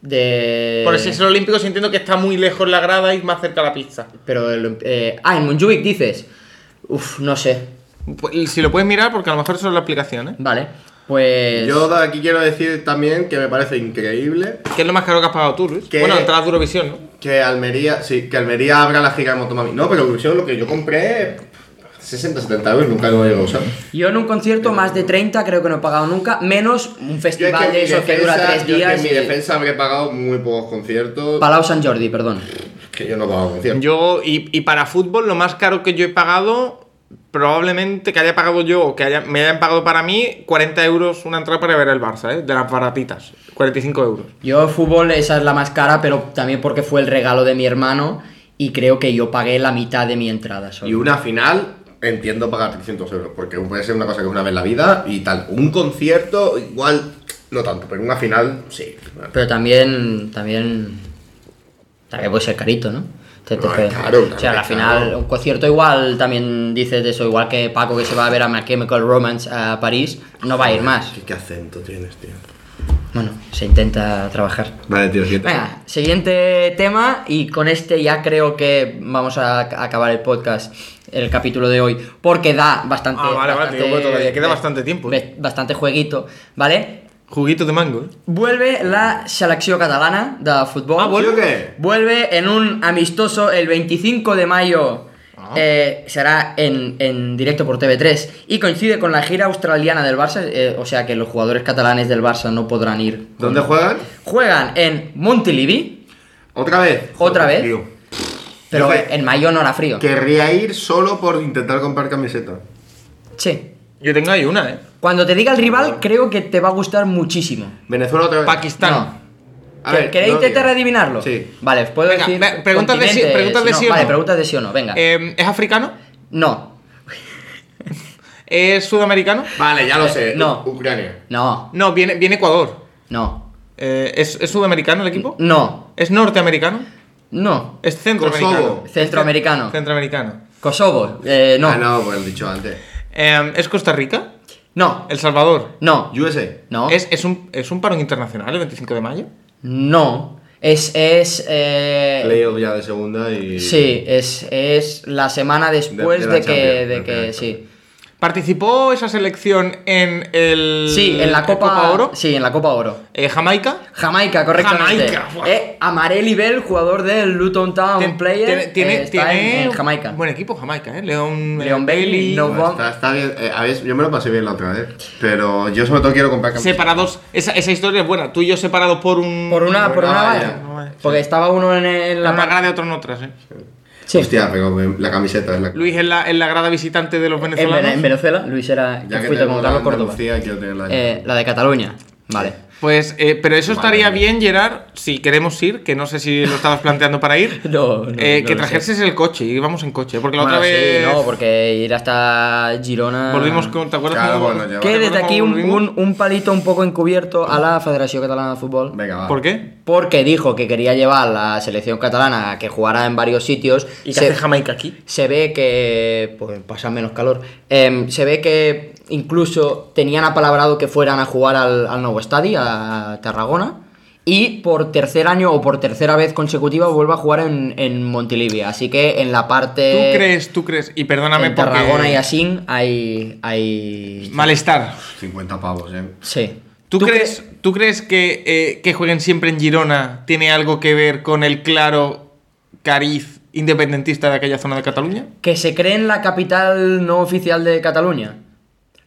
Speaker 2: De...
Speaker 3: Por si es el Olímpico, sí entiendo que está muy lejos la grada y más cerca la pista.
Speaker 2: Pero el- eh, ah, en Montjuic dices. Uf, no sé.
Speaker 3: Pues, Si lo puedes mirar, porque a lo mejor eso es la aplicación, ¿eh?
Speaker 2: Vale. Pues.
Speaker 4: Yo de aquí quiero decir también que me parece increíble
Speaker 3: ¿Qué es lo más caro que has pagado tú, Luis?
Speaker 4: ¿Qué?
Speaker 3: Bueno, entradas de Eurovisión, ¿no?
Speaker 4: que Almería, sí, que Almería abra la giga de Motomami. No, pero Eurovisión lo que yo compré 60, 70 euros, nunca lo he llegado a usar.
Speaker 2: Yo en un concierto más de 30 creo que no he pagado nunca, menos un
Speaker 4: Yo es
Speaker 2: festival
Speaker 4: que en mi
Speaker 2: de esos que dura
Speaker 4: defensa-
Speaker 2: tres
Speaker 4: yo es que
Speaker 2: días.
Speaker 4: en mi defensa habré pagado muy pocos conciertos.
Speaker 2: Palau San Jordi, perdón.
Speaker 4: que yo no he pagado conciertos.
Speaker 3: Yo, y, y para fútbol, lo más caro que yo he pagado, probablemente que haya pagado yo o que haya- me hayan pagado para mí, 40 euros una entrada para ver el Barça, ¿eh? De las baratitas, 45 euros.
Speaker 2: Yo fútbol esa es la más cara, pero también porque fue el regalo de mi hermano y creo que yo pagué la mitad de mi entrada solo.
Speaker 4: Y una final, entiendo pagar 300 euros, porque puede ser una cosa que es una vez en la vida y tal. Un concierto, igual, no tanto, pero una final, sí.
Speaker 2: Pero también, también, también puede ser carito, ¿no? Te- te-
Speaker 4: No,
Speaker 2: te-
Speaker 4: es caro,
Speaker 2: o sea,
Speaker 4: claro,
Speaker 2: al
Speaker 4: es
Speaker 2: final,
Speaker 4: caro.
Speaker 2: un concierto igual, también dices de eso, igual que Paco que se va a ver a My Chemical Romance a París, no va a ir más.
Speaker 4: ¿Qué, qué acento tienes, tío?
Speaker 2: Bueno, se intenta trabajar.
Speaker 4: Vale, tío, siete.
Speaker 2: Venga, siguiente tema y con este ya creo que vamos a ac- acabar el podcast, el capítulo de hoy, porque da bastante...
Speaker 3: Ah, vale, vale,
Speaker 2: bastante-
Speaker 3: digo, bueno, todavía queda bastante tiempo, ¿eh?
Speaker 2: be- Bastante jueguito, ¿vale?
Speaker 3: Juguito de mango, ¿eh?
Speaker 2: Vuelve la selecció catalana de futbol.
Speaker 3: Ah, vuelve.
Speaker 4: ¿Sí o qué?
Speaker 2: Vuelve en un amistoso el 25 de mayo.
Speaker 3: Ah.
Speaker 2: Eh, será en, en directo por TV3 y coincide con la gira australiana del Barça, eh, o sea que los jugadores catalanes del Barça no podrán ir.
Speaker 4: ¿Dónde juegan?
Speaker 2: Juegan en Montilivi,
Speaker 4: ¿Otra vez?
Speaker 2: ¿Otra
Speaker 4: Joder,
Speaker 2: vez? pero
Speaker 4: Yo que-
Speaker 2: en mayo no hará frío.
Speaker 4: Querría ir solo por intentar comprar camiseta.
Speaker 2: Sí.
Speaker 3: Yo tengo ahí una, ¿eh?
Speaker 2: Cuando te diga el rival, creo que te va a gustar muchísimo.
Speaker 4: Venezuela otra vez.
Speaker 3: Pakistán.
Speaker 2: No. ¿Que- ¿Queréis
Speaker 4: no, tío.
Speaker 2: intentar adivinarlo?
Speaker 4: Sí.
Speaker 2: Vale, os puedo
Speaker 3: Venga,
Speaker 2: decir.
Speaker 3: ve- preguntas de sí-
Speaker 2: continentes,
Speaker 3: preguntas de sí o
Speaker 2: Vale,
Speaker 3: no.
Speaker 2: preguntas de sí o no, venga.
Speaker 3: Eh, ¿Es africano?
Speaker 2: No,
Speaker 3: ¿Es sudamericano?
Speaker 4: Vale, ya lo sé.
Speaker 2: Eh, no.
Speaker 4: U- Ucrania.
Speaker 2: no,
Speaker 3: No, viene, viene Ecuador.
Speaker 2: no,
Speaker 3: Eh, ¿es, es sudamericano el
Speaker 2: Mm,
Speaker 3: equipo?
Speaker 2: no,
Speaker 3: ¿Es norteamericano?
Speaker 2: no.
Speaker 3: ¿Es centroamericano?
Speaker 4: Kosovo.
Speaker 2: Centroamericano.
Speaker 3: Centroamericano.
Speaker 2: Kosovo, eh, no.
Speaker 4: Ah, no, pues lo he dicho antes.
Speaker 3: Eh, ¿Es Costa Rica?
Speaker 2: No,
Speaker 3: ¿El Salvador?
Speaker 2: no,
Speaker 4: USA.
Speaker 2: no,
Speaker 3: ¿Es, es un, ¿Es un parón internacional el 25 de mayo?
Speaker 2: no. Es, es, eh,
Speaker 4: Playoff ya de segunda y.
Speaker 2: sí, es, es la semana después
Speaker 4: de
Speaker 2: de,
Speaker 4: la
Speaker 2: que,
Speaker 4: Champions,
Speaker 2: de
Speaker 4: de
Speaker 2: que,
Speaker 4: la
Speaker 2: sí.
Speaker 3: ¿Participó esa selección en el.
Speaker 2: Sí, en la Copa,
Speaker 3: Oro?
Speaker 2: Sí, en la Copa Oro.
Speaker 3: Eh, ¿Jamaica?
Speaker 2: Jamaica, correctamente.
Speaker 3: Jamaica, buah.
Speaker 2: eh, Amarelli Bell, jugador del Luton Town Player, eh, está en- en, Jamaica.
Speaker 3: Buen equipo, Jamaica, ¿eh? León,
Speaker 2: Leon Bailey, no-
Speaker 4: Bueno, está, está bien. Eh, a ver, yo me lo pasé bien la otra vez. Pero yo sobre todo quiero comprar camiseta.
Speaker 3: Separados. Esa, esa historia es buena. Tú y yo separados por un.
Speaker 2: Por una,
Speaker 4: Por
Speaker 2: por una
Speaker 4: una
Speaker 2: valla.
Speaker 4: valla,
Speaker 3: una valla,
Speaker 2: Porque estaba uno en, en la
Speaker 3: La más grande, otro en otras, ¿eh?
Speaker 2: Sí.
Speaker 4: Hostia, pero me- la camiseta es la.
Speaker 3: Luis en la, en la grada visitante de los
Speaker 2: En,
Speaker 3: venezolanos.
Speaker 2: Vene- en Venezuela, Luis era que
Speaker 4: Ya que
Speaker 2: fuiste
Speaker 4: tengo
Speaker 2: con
Speaker 4: la
Speaker 2: Carlos Córdoba.
Speaker 4: Andalucía, quiero tener la.
Speaker 2: Eh, la de Cataluña. Vale.
Speaker 3: Pues, eh, pero eso
Speaker 4: Madre
Speaker 3: estaría
Speaker 4: mía.
Speaker 3: bien, Gerard, si queremos ir, que no sé si lo estabas planteando para ir.
Speaker 2: <laughs> No, no,
Speaker 3: eh,
Speaker 2: no
Speaker 3: que
Speaker 2: lo sé.
Speaker 3: trajeses el coche, íbamos en coche, porque la
Speaker 2: Bueno,
Speaker 3: otra vez
Speaker 2: sí, no, porque ir hasta Girona.
Speaker 3: volvimos con, ¿te acuerdas?
Speaker 4: Claro,
Speaker 3: cómo-
Speaker 4: bueno, ya-
Speaker 2: Que
Speaker 3: ¿Te
Speaker 2: desde
Speaker 3: acuerdas
Speaker 2: aquí
Speaker 3: cómo
Speaker 2: un,
Speaker 3: volvimos?
Speaker 2: un- un palito un poco encubierto a la Federación Catalana de Fútbol.
Speaker 4: Venga, va.
Speaker 3: ¿Por qué?
Speaker 2: Porque dijo que quería llevar la selección catalana a que jugara en varios sitios. Se-
Speaker 3: Jamaica aquí?
Speaker 2: se ve que pues pasa menos calor Em, se ve que incluso tenían apalabrado que fueran a jugar al, al nuevo estadio a Tarragona y por tercer año o por tercera vez consecutiva vuelve a jugar en, en Montilivi así que en la parte
Speaker 3: ¿Tú crees, tú crees? Y perdóname
Speaker 2: Eh, en
Speaker 3: porque...
Speaker 2: Tarragona y Asín hay hay
Speaker 3: Malestar.
Speaker 4: 50 pavos, eh.
Speaker 2: sí
Speaker 3: ¿Tú,
Speaker 2: cre-
Speaker 3: crees, ¿Tú crees que eh, que jueguen siempre en Girona tiene algo que ver con el claro cariz independentista de aquella zona de Cataluña?
Speaker 2: que se cree en la capital no oficial de Cataluña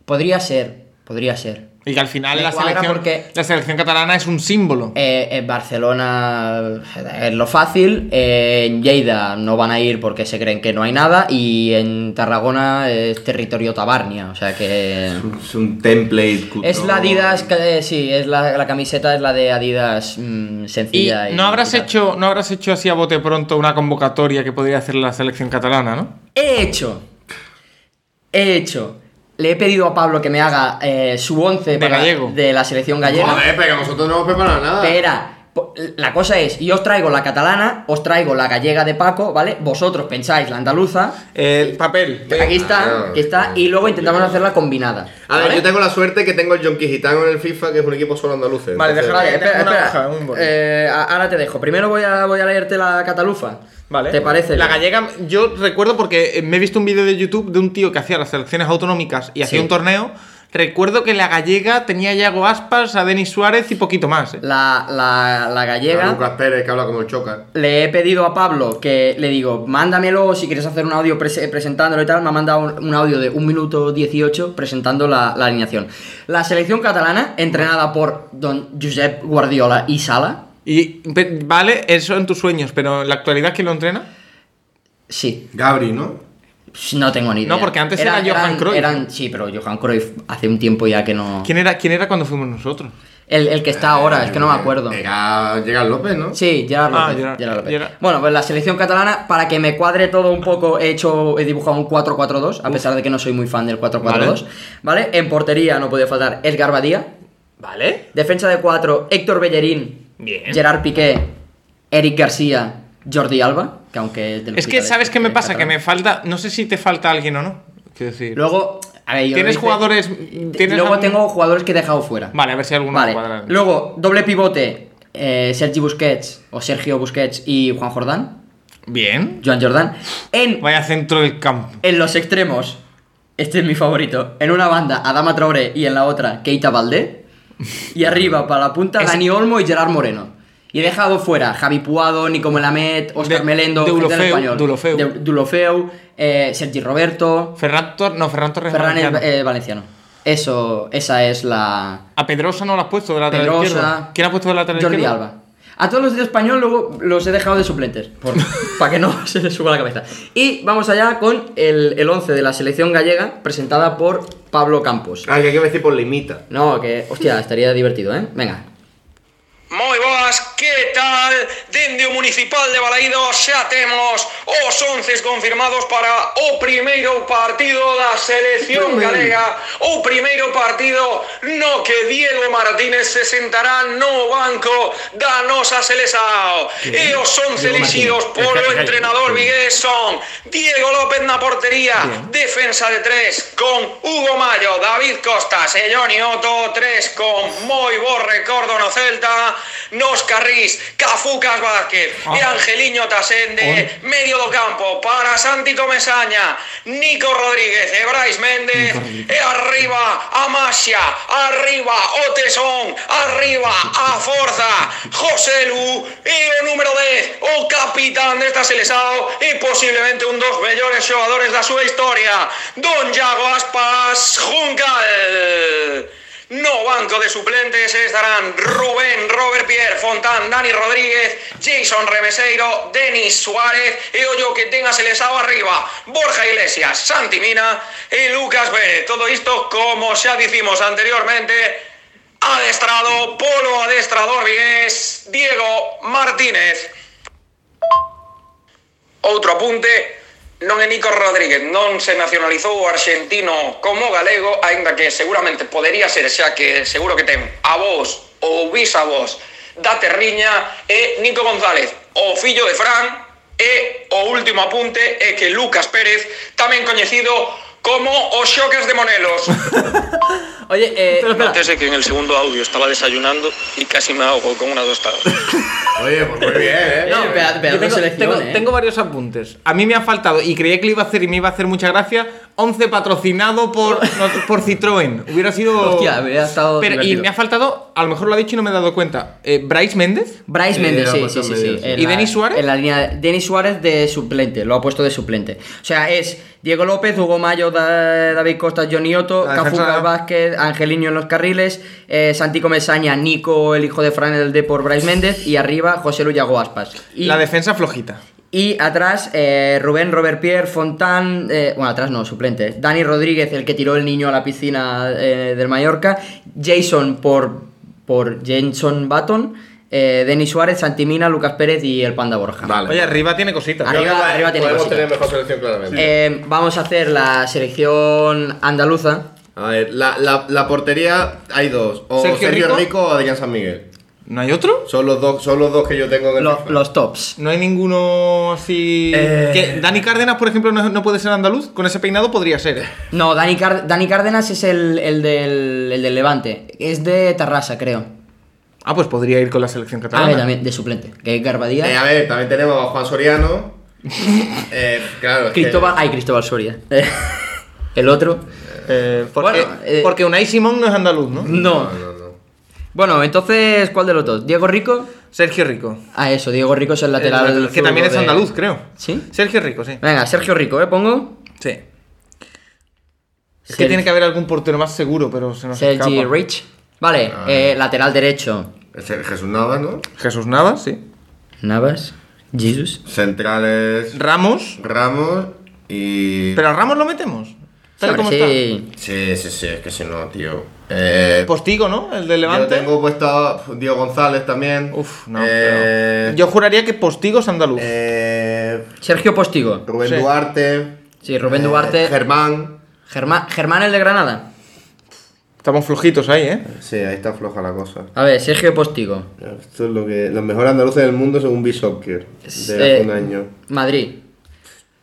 Speaker 2: podría ser podría ser
Speaker 3: Y que al final
Speaker 2: Me
Speaker 3: la
Speaker 2: cuadra
Speaker 3: selección,
Speaker 2: porque-
Speaker 3: la selección catalana es un símbolo.
Speaker 2: Eh, en Barcelona es lo fácil, eh, en Lleida no van a ir porque se creen que no hay nada y en Tarragona es territorio tabarnia, o sea que...
Speaker 4: Es un template.
Speaker 2: Es la Adidas, que- eh, sí, es la, la camiseta es la de Adidas mm,
Speaker 3: Y
Speaker 2: sencilla. y-
Speaker 3: no habrás
Speaker 2: y tal.
Speaker 3: hecho, no habrás hecho así a bote pronto una convocatoria que podría hacer la selección catalana, ¿no?
Speaker 2: He hecho. He hecho. Le he pedido a Pablo que me haga eh, su 11
Speaker 3: De gallego.
Speaker 2: de la selección gallega.
Speaker 4: Joder, pero nosotros no hemos preparado nada.
Speaker 2: Espera, po- la cosa es, yo os traigo la catalana, os traigo la gallega de Paco, ¿vale? Vosotros pensáis la andaluza,
Speaker 3: El papel.
Speaker 2: aquí está,
Speaker 4: claro,
Speaker 2: aquí está, y luego intentamos hacerla combinada.
Speaker 4: A ver,
Speaker 2: ¿vale?
Speaker 4: yo tengo la suerte que tengo el Yonki Gitano en el FIFA, que es un equipo solo andaluz.
Speaker 3: Vale,
Speaker 4: entonces-
Speaker 3: déjala
Speaker 2: Vale, espera,
Speaker 3: Una
Speaker 2: espera.
Speaker 3: hoja, un boli.
Speaker 2: Eh, a- ahora te dejo. Primero voy a, voy a leerte la catalufa.
Speaker 3: Vale.
Speaker 2: ¿Te parece?
Speaker 3: La
Speaker 2: bien?
Speaker 3: gallega, yo recuerdo porque eh, me he visto un vídeo de YouTube de un tío que hacía las selecciones autonómicas y hacía
Speaker 2: Sí.
Speaker 3: un torneo Recuerdo que la gallega tenía a Iago Aspas, a Denis Suárez y poquito más. ¿eh?
Speaker 2: La, la, la gallega.
Speaker 4: A Lucas Pérez, que habla como el choca.
Speaker 2: Le he pedido a Pablo que le digo, mándamelo si quieres hacer un audio prese- presentándolo y tal. Me ha mandado un, un audio de 1 minuto 18 presentando la, la alineación. La selección catalana, entrenada por don Josep Guardiola y Sala.
Speaker 3: Y pe- vale, eso en tus sueños, pero en la actualidad quién lo entrena?
Speaker 2: Sí,
Speaker 4: Gabri, ¿no?
Speaker 2: no tengo ni idea.
Speaker 3: No, porque antes era Johan
Speaker 2: eran-
Speaker 3: Cruyff.
Speaker 2: eran- sí, pero Johan Cruyff hace un tiempo ya que no.
Speaker 3: ¿Quién era, quién era cuando fuimos nosotros?
Speaker 2: El, el que está ahora, es que no
Speaker 4: Eh,
Speaker 2: me acuerdo.
Speaker 4: Era Gerard López, ¿no?
Speaker 2: Sí, Gerard
Speaker 3: Ah,
Speaker 2: López,
Speaker 3: Gerard-
Speaker 2: Gerard López.
Speaker 3: Gerard.
Speaker 2: Bueno, pues la selección catalana, para que me cuadre todo un poco, he hecho, he dibujado un 4-4-2, a pesar de que no soy muy fan del 4-4-2. Vale. En portería no podía faltar Edgar Badía.
Speaker 3: Vale.
Speaker 2: Defensa de 4, Héctor Bellerín,
Speaker 3: Bien.
Speaker 2: Gerard Piqué, Eric García, Jordi Alba, que aunque es del
Speaker 3: Es que,
Speaker 2: hospital
Speaker 3: ¿sabes
Speaker 2: es-
Speaker 3: qué me
Speaker 2: es
Speaker 3: pasa? Que
Speaker 2: catalán.
Speaker 3: me falta. No sé si te falta alguien o no. Quiero decir.
Speaker 2: Luego, a ver, yo
Speaker 3: ¿Tienes
Speaker 2: lo hice-
Speaker 3: jugadores- tienes
Speaker 2: luego
Speaker 3: algún-
Speaker 2: tengo jugadores que he dejado fuera.
Speaker 3: Vale, a ver si alguno
Speaker 2: Vale.
Speaker 3: cuadra.
Speaker 2: Luego, doble pivote, eh, Sergi Busquets o Sergio Busquets y Juan Jordán.
Speaker 3: Bien.
Speaker 2: Joan Jordán. En,
Speaker 3: Vaya centro del campo.
Speaker 2: en los extremos, este es mi favorito. En una banda, Adama Traoré y en la otra, Keita Valdé.
Speaker 3: <laughs>
Speaker 2: Y arriba, para la punta,
Speaker 3: Es-
Speaker 2: Dani Olmo y Gerard Moreno. Y he dejado fuera Javi Puado, Nico Melamed, Oscar
Speaker 3: De-
Speaker 2: Melendo,
Speaker 3: de
Speaker 2: gente del
Speaker 3: Ulofeu,
Speaker 2: español.
Speaker 3: de Ulofeu.
Speaker 2: De- de Ulofeu, eh, Sergi Roberto,
Speaker 3: Ferran Tor- No, Ferran Torres.
Speaker 2: Ferran es- eh,
Speaker 3: Valenciano.
Speaker 2: valenciano. Eso, esa es la,
Speaker 3: A Pedrosa no lo has puesto de lateral izquierdo.
Speaker 2: Pedrosa.
Speaker 3: ¿Quién ha puesto de lateral
Speaker 2: Jordi
Speaker 3: izquierdo?
Speaker 2: Alba. A todos los de español luego los he dejado de suplentes.
Speaker 3: <laughs>
Speaker 2: para que no se les suba la cabeza. Y vamos allá con el, el 11 de la selección gallega presentada por Pablo Campos.
Speaker 4: Ah, que hay que decir por limita.
Speaker 2: No, que. Hostia, estaría divertido, ¿eh? Venga.
Speaker 5: Moi boas, que tal? Dende o Municipal de Balaídos xa temos os 11 confirmados para o primeiro partido da selección
Speaker 4: Hombre.
Speaker 5: galega O primeiro partido no que Diego Martínez se sentará no banco da nosa selecao E os 11 elixidos polo entrenador Miguel son Diego López na portería, defensa de 3 con Hugo Mayo, David Costas e Johnny Otto 3 con moi bo recordo no Celta Nos Carrís, Cafucas Vázquez e
Speaker 3: Ah.
Speaker 5: Angeliño Tasende medio do campo para Santi Comesaña, Nico Rodríguez e Brais Méndez, e arriba Amasia, arriba o Tesón, arriba a Forza, José Lu, e o número 10, o capitán desta selecao e posiblemente un dos mellores xogadores da súa historia, Don Iago Aspas Juncal. No banco de suplentes estarán Rubén, Robert Pierre, Fontán, Dani Rodríguez, Jason Remeseiro, Denis Suárez e o yo que tenga Selesao arriba, Borja Iglesias, Santi Mina e Lucas Vélez. Todo isto, como xa dicimos anteriormente, adestrado polo adestrador vigués Diego Martínez. Outro apunte, non é Nico Rodríguez, non se nacionalizou o argentino como galego, aínda que seguramente podería ser xa que seguro que ten avós ou bisavós da Terriña e Nico González, o fillo de Fran, e o último apunte é que Lucas Pérez, tamén coñecido como os Xocas de Monelos.
Speaker 2: Oye, eh.
Speaker 5: Antes de que en el segundo audio estaba desayunando y casi me ahogo con una tostada.
Speaker 4: Oye, pues muy bien, ¿eh?
Speaker 2: No, espera, espera,
Speaker 3: Yo tengo,
Speaker 2: selección,
Speaker 3: tengo-
Speaker 2: eh.
Speaker 3: tengo varios apuntes. A mí me ha faltado, y creía que lo iba a hacer y me iba a hacer mucha gracia, 11 patrocinado
Speaker 2: <laughs>
Speaker 3: por, no, por Citroën. Hubiera sido...
Speaker 2: Hostia, habría estado
Speaker 3: Pero, y
Speaker 2: divertido.
Speaker 3: me ha faltado, a lo mejor lo ha dicho y no me he dado cuenta, eh, Bryce Méndez.
Speaker 2: Bryce
Speaker 4: Eh,
Speaker 2: Méndez,
Speaker 4: lo ha
Speaker 2: sí, sí,
Speaker 4: puesto
Speaker 2: sí,
Speaker 4: en
Speaker 2: sí.
Speaker 4: medio, sí.
Speaker 2: En
Speaker 3: ¿Y
Speaker 2: la-
Speaker 3: Denis Suárez?
Speaker 2: En la línea. Denis Suárez de suplente, lo ha puesto de suplente. O sea, es Diego López, Hugo Mayo, Da- David Costa, Johnny Otto,
Speaker 3: La
Speaker 2: Cafu
Speaker 3: defensa-
Speaker 2: Gal Vázquez, Angeliño en los carriles, eh, Santi Comesaña, Nico, el hijo de Fran, el de por Bryce Méndez, y arriba José Luyago Aspas. Y,
Speaker 3: La defensa flojita.
Speaker 2: y atrás eh, Rubén, Robert Pierre, Fontán, eh, bueno, atrás no, suplente. Dani Rodríguez, el que tiró el niño a la piscina eh, del Mallorca, Jason por, por Jenson Button, eh, Denis Suárez, Santimina, Lucas Pérez y el Panda Borja.
Speaker 4: Vale.
Speaker 3: Oye, arriba tiene cositas.
Speaker 2: Arriba- arriba tiene
Speaker 4: Podemos
Speaker 2: cositas.
Speaker 4: tener mejor selección claramente.
Speaker 2: Eh, vamos a hacer la selección andaluza.
Speaker 4: A ver, la, la, la portería hay dos. O
Speaker 3: ¿Sergio
Speaker 4: Sergio,
Speaker 3: Rico?
Speaker 4: Rico? o Adrián San Miguel.
Speaker 3: ¿No hay otro?
Speaker 4: Son los dos, son los dos que yo tengo en el
Speaker 2: lo-
Speaker 4: FIFA.
Speaker 2: los tops.
Speaker 3: No hay ninguno así.
Speaker 4: Eh.
Speaker 3: ¿Qué? Dani Cárdenas, por ejemplo, no, no puede ser andaluz. Con ese peinado podría ser. ¿eh?
Speaker 2: No, Dani, Car- Dani Cárdenas es el, el del, el del Levante. Es de Tarrasa, creo.
Speaker 3: Ah, pues podría ir con la selección
Speaker 2: Ah,
Speaker 3: catalana.
Speaker 2: ver, también, de suplente. Que es Garbadía.
Speaker 4: Eh, a ver, también tenemos a
Speaker 2: <laughs>
Speaker 4: Juan Soriano. eh, claro, es que- Eh.
Speaker 2: Cristóbal, ay, Cristóbal Soria. El otro.
Speaker 3: Eh, porque,
Speaker 2: Bueno, eh,
Speaker 3: porque Unai Simón no es andaluz, ¿no?
Speaker 2: No.
Speaker 4: No, no.
Speaker 2: Bueno, entonces, ¿cuál de los dos? ¿Diego Rico?
Speaker 3: Sergio Rico.
Speaker 2: Ah, eso, Diego Rico es el lateral.
Speaker 3: Eh, que también es
Speaker 2: zurdo de-
Speaker 3: andaluz, creo.
Speaker 2: ¿Sí?
Speaker 3: Sergio Rico, sí.
Speaker 2: Venga, Sergio Rico, ¿eh? Pongo.
Speaker 3: Sí. Es que
Speaker 2: Ser-
Speaker 3: tiene que haber algún portero más seguro, pero se nos
Speaker 2: Sergi
Speaker 3: escapa.
Speaker 2: Rich. Vale,
Speaker 4: Ah.
Speaker 2: eh, lateral derecho.
Speaker 4: Es el Jesús Nava, ¿no?
Speaker 3: Jesús Navas, sí.
Speaker 2: Navas. Jesus.
Speaker 4: Centrales
Speaker 3: Ramos.
Speaker 4: Ramos y.
Speaker 3: Pero a Ramos lo metemos. Tal y como está.
Speaker 2: Sí.
Speaker 4: Sí, sí, sí, es que si no, tío. Eh,
Speaker 3: Postigo, ¿no? El de
Speaker 4: yo
Speaker 3: Levante.
Speaker 4: tengo puesto Diego González también.
Speaker 3: Uf, no.
Speaker 4: Eh,
Speaker 3: pero- Yo juraría que Postigo es andaluz.
Speaker 4: eh,
Speaker 2: Sergio Postigo.
Speaker 4: Rubén
Speaker 3: Sí.
Speaker 4: Duarte.
Speaker 2: Sí, Rubén
Speaker 4: eh,
Speaker 2: Duarte.
Speaker 4: Germán.
Speaker 2: Germán, Germán el de Granada.
Speaker 3: Estamos flojitos ahí, ¿eh?
Speaker 4: Sí, ahí está floja la cosa.
Speaker 2: A ver, Sergio Postigo.
Speaker 4: Esto es lo que. Los mejores andaluces del mundo según B-Soccer.
Speaker 2: Sí.
Speaker 4: De hace un año.
Speaker 2: Madrid.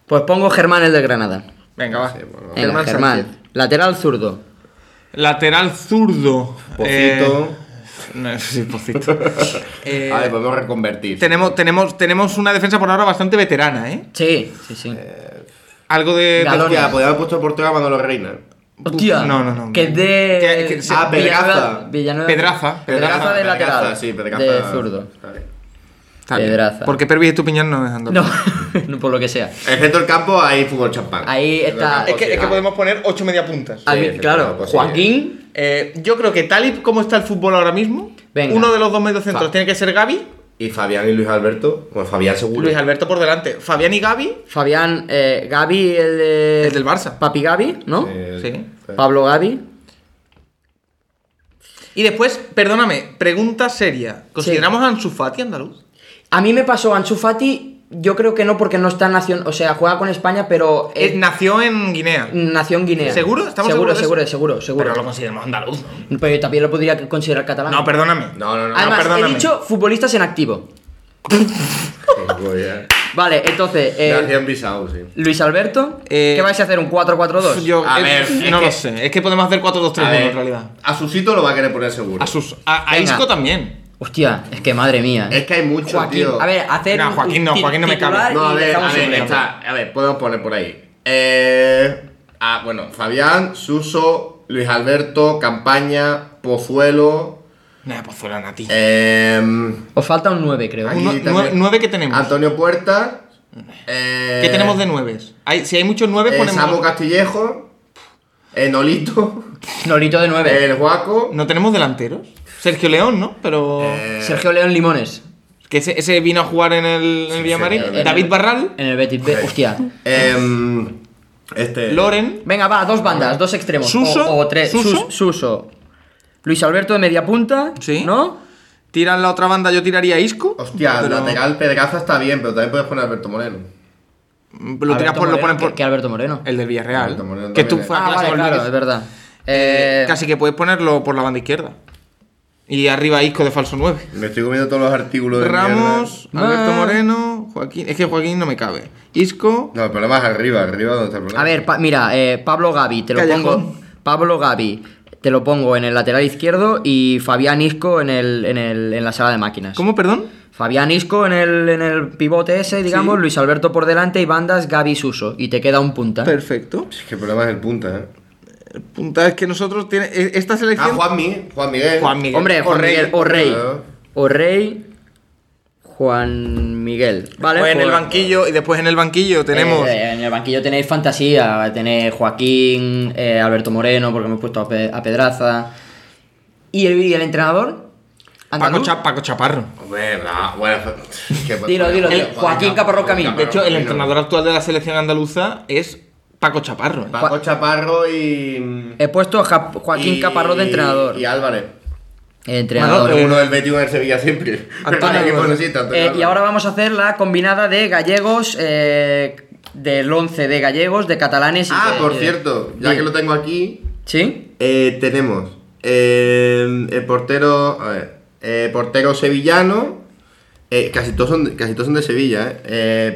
Speaker 2: Pues pongo Germán el de Granada.
Speaker 3: Venga, va.
Speaker 4: Sí, bueno.
Speaker 2: Venga, Germán.
Speaker 3: Sánchez.
Speaker 2: Lateral zurdo.
Speaker 3: Lateral zurdo.
Speaker 4: Pocito.
Speaker 3: Eh, <laughs> no, sí,
Speaker 4: <laughs>
Speaker 3: Pocito. Eh,
Speaker 4: a ver, podemos reconvertir.
Speaker 3: tenemos, tenemos, tenemos una defensa por ahora bastante veterana, ¿eh?
Speaker 2: Sí, sí, sí.
Speaker 3: Algo de.
Speaker 2: Galo-
Speaker 4: Hostia, podía haber puesto portero cuando lo reina.
Speaker 2: Hostia.
Speaker 3: no, no, no.
Speaker 2: Que es de.
Speaker 3: Que- que-
Speaker 4: ah, Pedraza.
Speaker 2: Villanueva- Villanueva-
Speaker 3: Pedraza,
Speaker 2: Pedraza de lateral.
Speaker 4: Sí, Pedraza.
Speaker 2: De zurdo.
Speaker 4: Vale.
Speaker 3: Está bien.
Speaker 2: Pedraza.
Speaker 3: Porque Pervis Estupiñán no es andaluz.
Speaker 2: No, <laughs> no por lo que sea.
Speaker 4: Excepto el campo, ahí fútbol champán.
Speaker 2: Ahí está-
Speaker 3: Es que, es que podemos poner ocho media puntas.
Speaker 2: A mí-
Speaker 4: sí,
Speaker 2: claro,
Speaker 4: claro, pues sí.
Speaker 2: Joaquín.
Speaker 3: Eh, yo creo que tal y como está el fútbol ahora mismo,
Speaker 2: Venga.
Speaker 3: uno de los dos mediocentros
Speaker 2: Fa-
Speaker 3: tiene que ser Gaby,
Speaker 4: Y Fabián y Luis Alberto. Bueno, Fabián seguro.
Speaker 3: Luis Alberto por delante. Fabián y Gaby,
Speaker 2: Fabián, eh, Gaby, el de.
Speaker 3: el del Barça.
Speaker 2: Papi Gaby, ¿no?
Speaker 4: Eh,
Speaker 3: Sí.
Speaker 2: Pablo Gaby.
Speaker 3: Y después, perdóname, pregunta seria. ¿Consideramos a Ansu Fati andaluz?
Speaker 2: A mí me pasó Ansu Fati, yo creo que no porque no está en nación, o sea, juega con España, pero
Speaker 3: Eh, nació en Guinea.
Speaker 2: nación Guinea.
Speaker 3: ¿Seguro? ¿Estamos
Speaker 2: seguro,
Speaker 3: seguros de
Speaker 2: seguro,
Speaker 3: eso?
Speaker 2: seguro, Mm, seguro.
Speaker 3: Pero lo consideramos andaluz. ¿no?
Speaker 2: Pero yo también lo podría considerar catalán.
Speaker 3: No, perdóname.
Speaker 4: No, no, no.
Speaker 2: Además,
Speaker 3: perdóname.
Speaker 2: he dicho futbolistas en activo.
Speaker 4: <laughs> Tengo ya.
Speaker 2: Vale, entonces, eh,
Speaker 4: Gracias, Bisau, sí.
Speaker 2: Luis Alberto,
Speaker 3: Eh,
Speaker 2: ¿qué vais a hacer? ¿Un 4-4-2?
Speaker 3: Yo-
Speaker 4: A
Speaker 3: eh,
Speaker 4: ver, es
Speaker 3: no
Speaker 4: que-
Speaker 3: lo sé. Es que podemos hacer 4-2-3-1 en realidad.
Speaker 4: a Susito lo va a querer poner seguro.
Speaker 3: A, sus, a, a
Speaker 2: Venga.
Speaker 3: Isco también.
Speaker 2: Hostia, es que madre mía. ¿eh?
Speaker 4: Es que hay mucho,
Speaker 2: Joaquín,
Speaker 4: tío.
Speaker 2: a ver, hacer.
Speaker 3: No, Joaquín no,
Speaker 2: ti-
Speaker 3: Joaquín no me cabe.
Speaker 2: titular
Speaker 4: No,
Speaker 2: y
Speaker 4: a ver,
Speaker 2: dejamos
Speaker 4: a ver,
Speaker 2: siempre.
Speaker 4: está. A ver, podemos poner por ahí. Eh. Ah, bueno, Fabián, Suso, Luis Alberto, Campaña, Pozuelo.
Speaker 3: Nah, pues fuera Nati.
Speaker 4: Eh.
Speaker 2: Os falta un 9, creo. ¿eh?
Speaker 4: Aquí
Speaker 3: Uno-
Speaker 4: también.
Speaker 3: nueve- nueve que tenemos.
Speaker 4: Antonio Puerta. eh,
Speaker 3: ¿Qué tenemos de nueves? Hay- si hay muchos nueve,
Speaker 4: eh,
Speaker 3: ponemos.
Speaker 4: Samu Castillejo. Enolito.
Speaker 3: Eh,
Speaker 2: Nolito de 9.
Speaker 4: El Guaco.
Speaker 3: No tenemos delanteros. Sergio León, ¿no? Pero.
Speaker 4: eh,
Speaker 2: Sergio León Limones.
Speaker 3: que ese, ese vino a jugar en el, en el Villamarín.
Speaker 4: señor.
Speaker 3: David Barral,
Speaker 2: En el Betis B. Hostia.
Speaker 4: em, este.
Speaker 3: Loren.
Speaker 2: Venga, va, dos bandas, dos extremos.
Speaker 3: Suso,
Speaker 2: O, o tres.
Speaker 3: Suso.
Speaker 2: Sus- Suso. Luis Alberto de media punta.
Speaker 3: Sí.
Speaker 2: ¿No?
Speaker 3: Tiran la otra banda, yo tiraría a Isco.
Speaker 4: Hostia, el
Speaker 3: Pero-
Speaker 4: lateral Pedraza está bien, pero también puedes poner a Alberto Moreno.
Speaker 3: Lo, tiras
Speaker 2: Alberto
Speaker 3: por, lo
Speaker 2: Moreno,
Speaker 3: ponen por.
Speaker 2: Que, que Alberto Moreno.
Speaker 3: El del Villarreal.
Speaker 4: Alberto Moreno
Speaker 3: que tú
Speaker 4: también, eh.
Speaker 3: fue a
Speaker 2: Ah,
Speaker 3: clase
Speaker 2: vale,
Speaker 3: con
Speaker 2: claro,
Speaker 3: Luis.
Speaker 2: es verdad. Eh,
Speaker 3: Casi que puedes ponerlo por la banda izquierda. Y arriba Isco de falso 9.
Speaker 4: Me estoy comiendo todos los artículos de
Speaker 3: Ramos,
Speaker 2: mierda.
Speaker 3: Alberto
Speaker 2: Ah.
Speaker 3: Moreno, Joaquín. Es que Joaquín no me cabe. Isco.
Speaker 4: mierda. No, el problema es arriba, arriba donde está el problema.
Speaker 2: A ver, pa- mira, eh, Pablo Gavi, te lo
Speaker 3: Callejón.
Speaker 2: pongo. Pablo Gavi, te lo pongo en el lateral izquierdo y Fabián Isco en, el, en, el, en la sala de máquinas.
Speaker 3: ¿Cómo, perdón?
Speaker 2: Fabián Isco en el, en el pivote ese, digamos,
Speaker 3: Sí.
Speaker 2: Luis Alberto por delante y bandas Gavi Suso. Y te queda un punta.
Speaker 3: Perfecto.
Speaker 4: Es que el problema es el punta, eh.
Speaker 3: Punta es que nosotros tiene e- esta
Speaker 4: Ah,
Speaker 3: selección.
Speaker 4: Juanmi, Juan Miguel.
Speaker 3: Juan Miguel.
Speaker 2: Hombre, Juan
Speaker 3: Orrey.
Speaker 2: Miguel, Orrey.
Speaker 4: Claro.
Speaker 2: Orrey, Juan Miguel. Vale,
Speaker 3: Pues en el
Speaker 2: pues-
Speaker 3: banquillo y después en el banquillo tenemos
Speaker 2: Eh, en el banquillo tenéis fantasía, tenéis Joaquín, eh, Alberto Moreno, porque hemos puesto a, Pe- a Pedraza. ¿Y el, y el entrenador?
Speaker 3: Paco,
Speaker 2: ¿Andaluz?
Speaker 3: Cha- Paco Chaparro.
Speaker 4: Hombre, no, bueno. <laughs> que- pues,
Speaker 2: Dilo, dilo,
Speaker 4: Joder,
Speaker 2: dilo. Joaquín Caparrós Camín.
Speaker 3: De hecho, el
Speaker 4: Camino.
Speaker 3: entrenador actual de la selección andaluza es Paco Chaparro. ¿eh?
Speaker 4: Paco Chaparro y.
Speaker 2: He puesto a Ja- Joaquín
Speaker 4: y-
Speaker 2: Caparrós de entrenador.
Speaker 4: Y Álvarez.
Speaker 2: Entrenador.
Speaker 3: Manolo,
Speaker 4: Uno
Speaker 3: eh,
Speaker 4: del Betis uno del Sevilla siempre. <laughs>
Speaker 3: Antonio,
Speaker 4: Aquí, bueno, sí,
Speaker 2: Eh,
Speaker 4: está Antonio Álvarez.
Speaker 2: y ahora vamos a hacer la combinada de gallegos, eh, del 11 de gallegos, de catalanes y
Speaker 4: Ah,
Speaker 2: de-
Speaker 4: por
Speaker 2: y de-
Speaker 4: cierto, ya
Speaker 2: Sí.
Speaker 4: que lo tengo aquí,
Speaker 2: ¿Sí?
Speaker 4: eh, tenemos eh, el portero. A ver. eh, portero sevillano. eh, casi, todos son de, casi todos son de Sevilla, eh.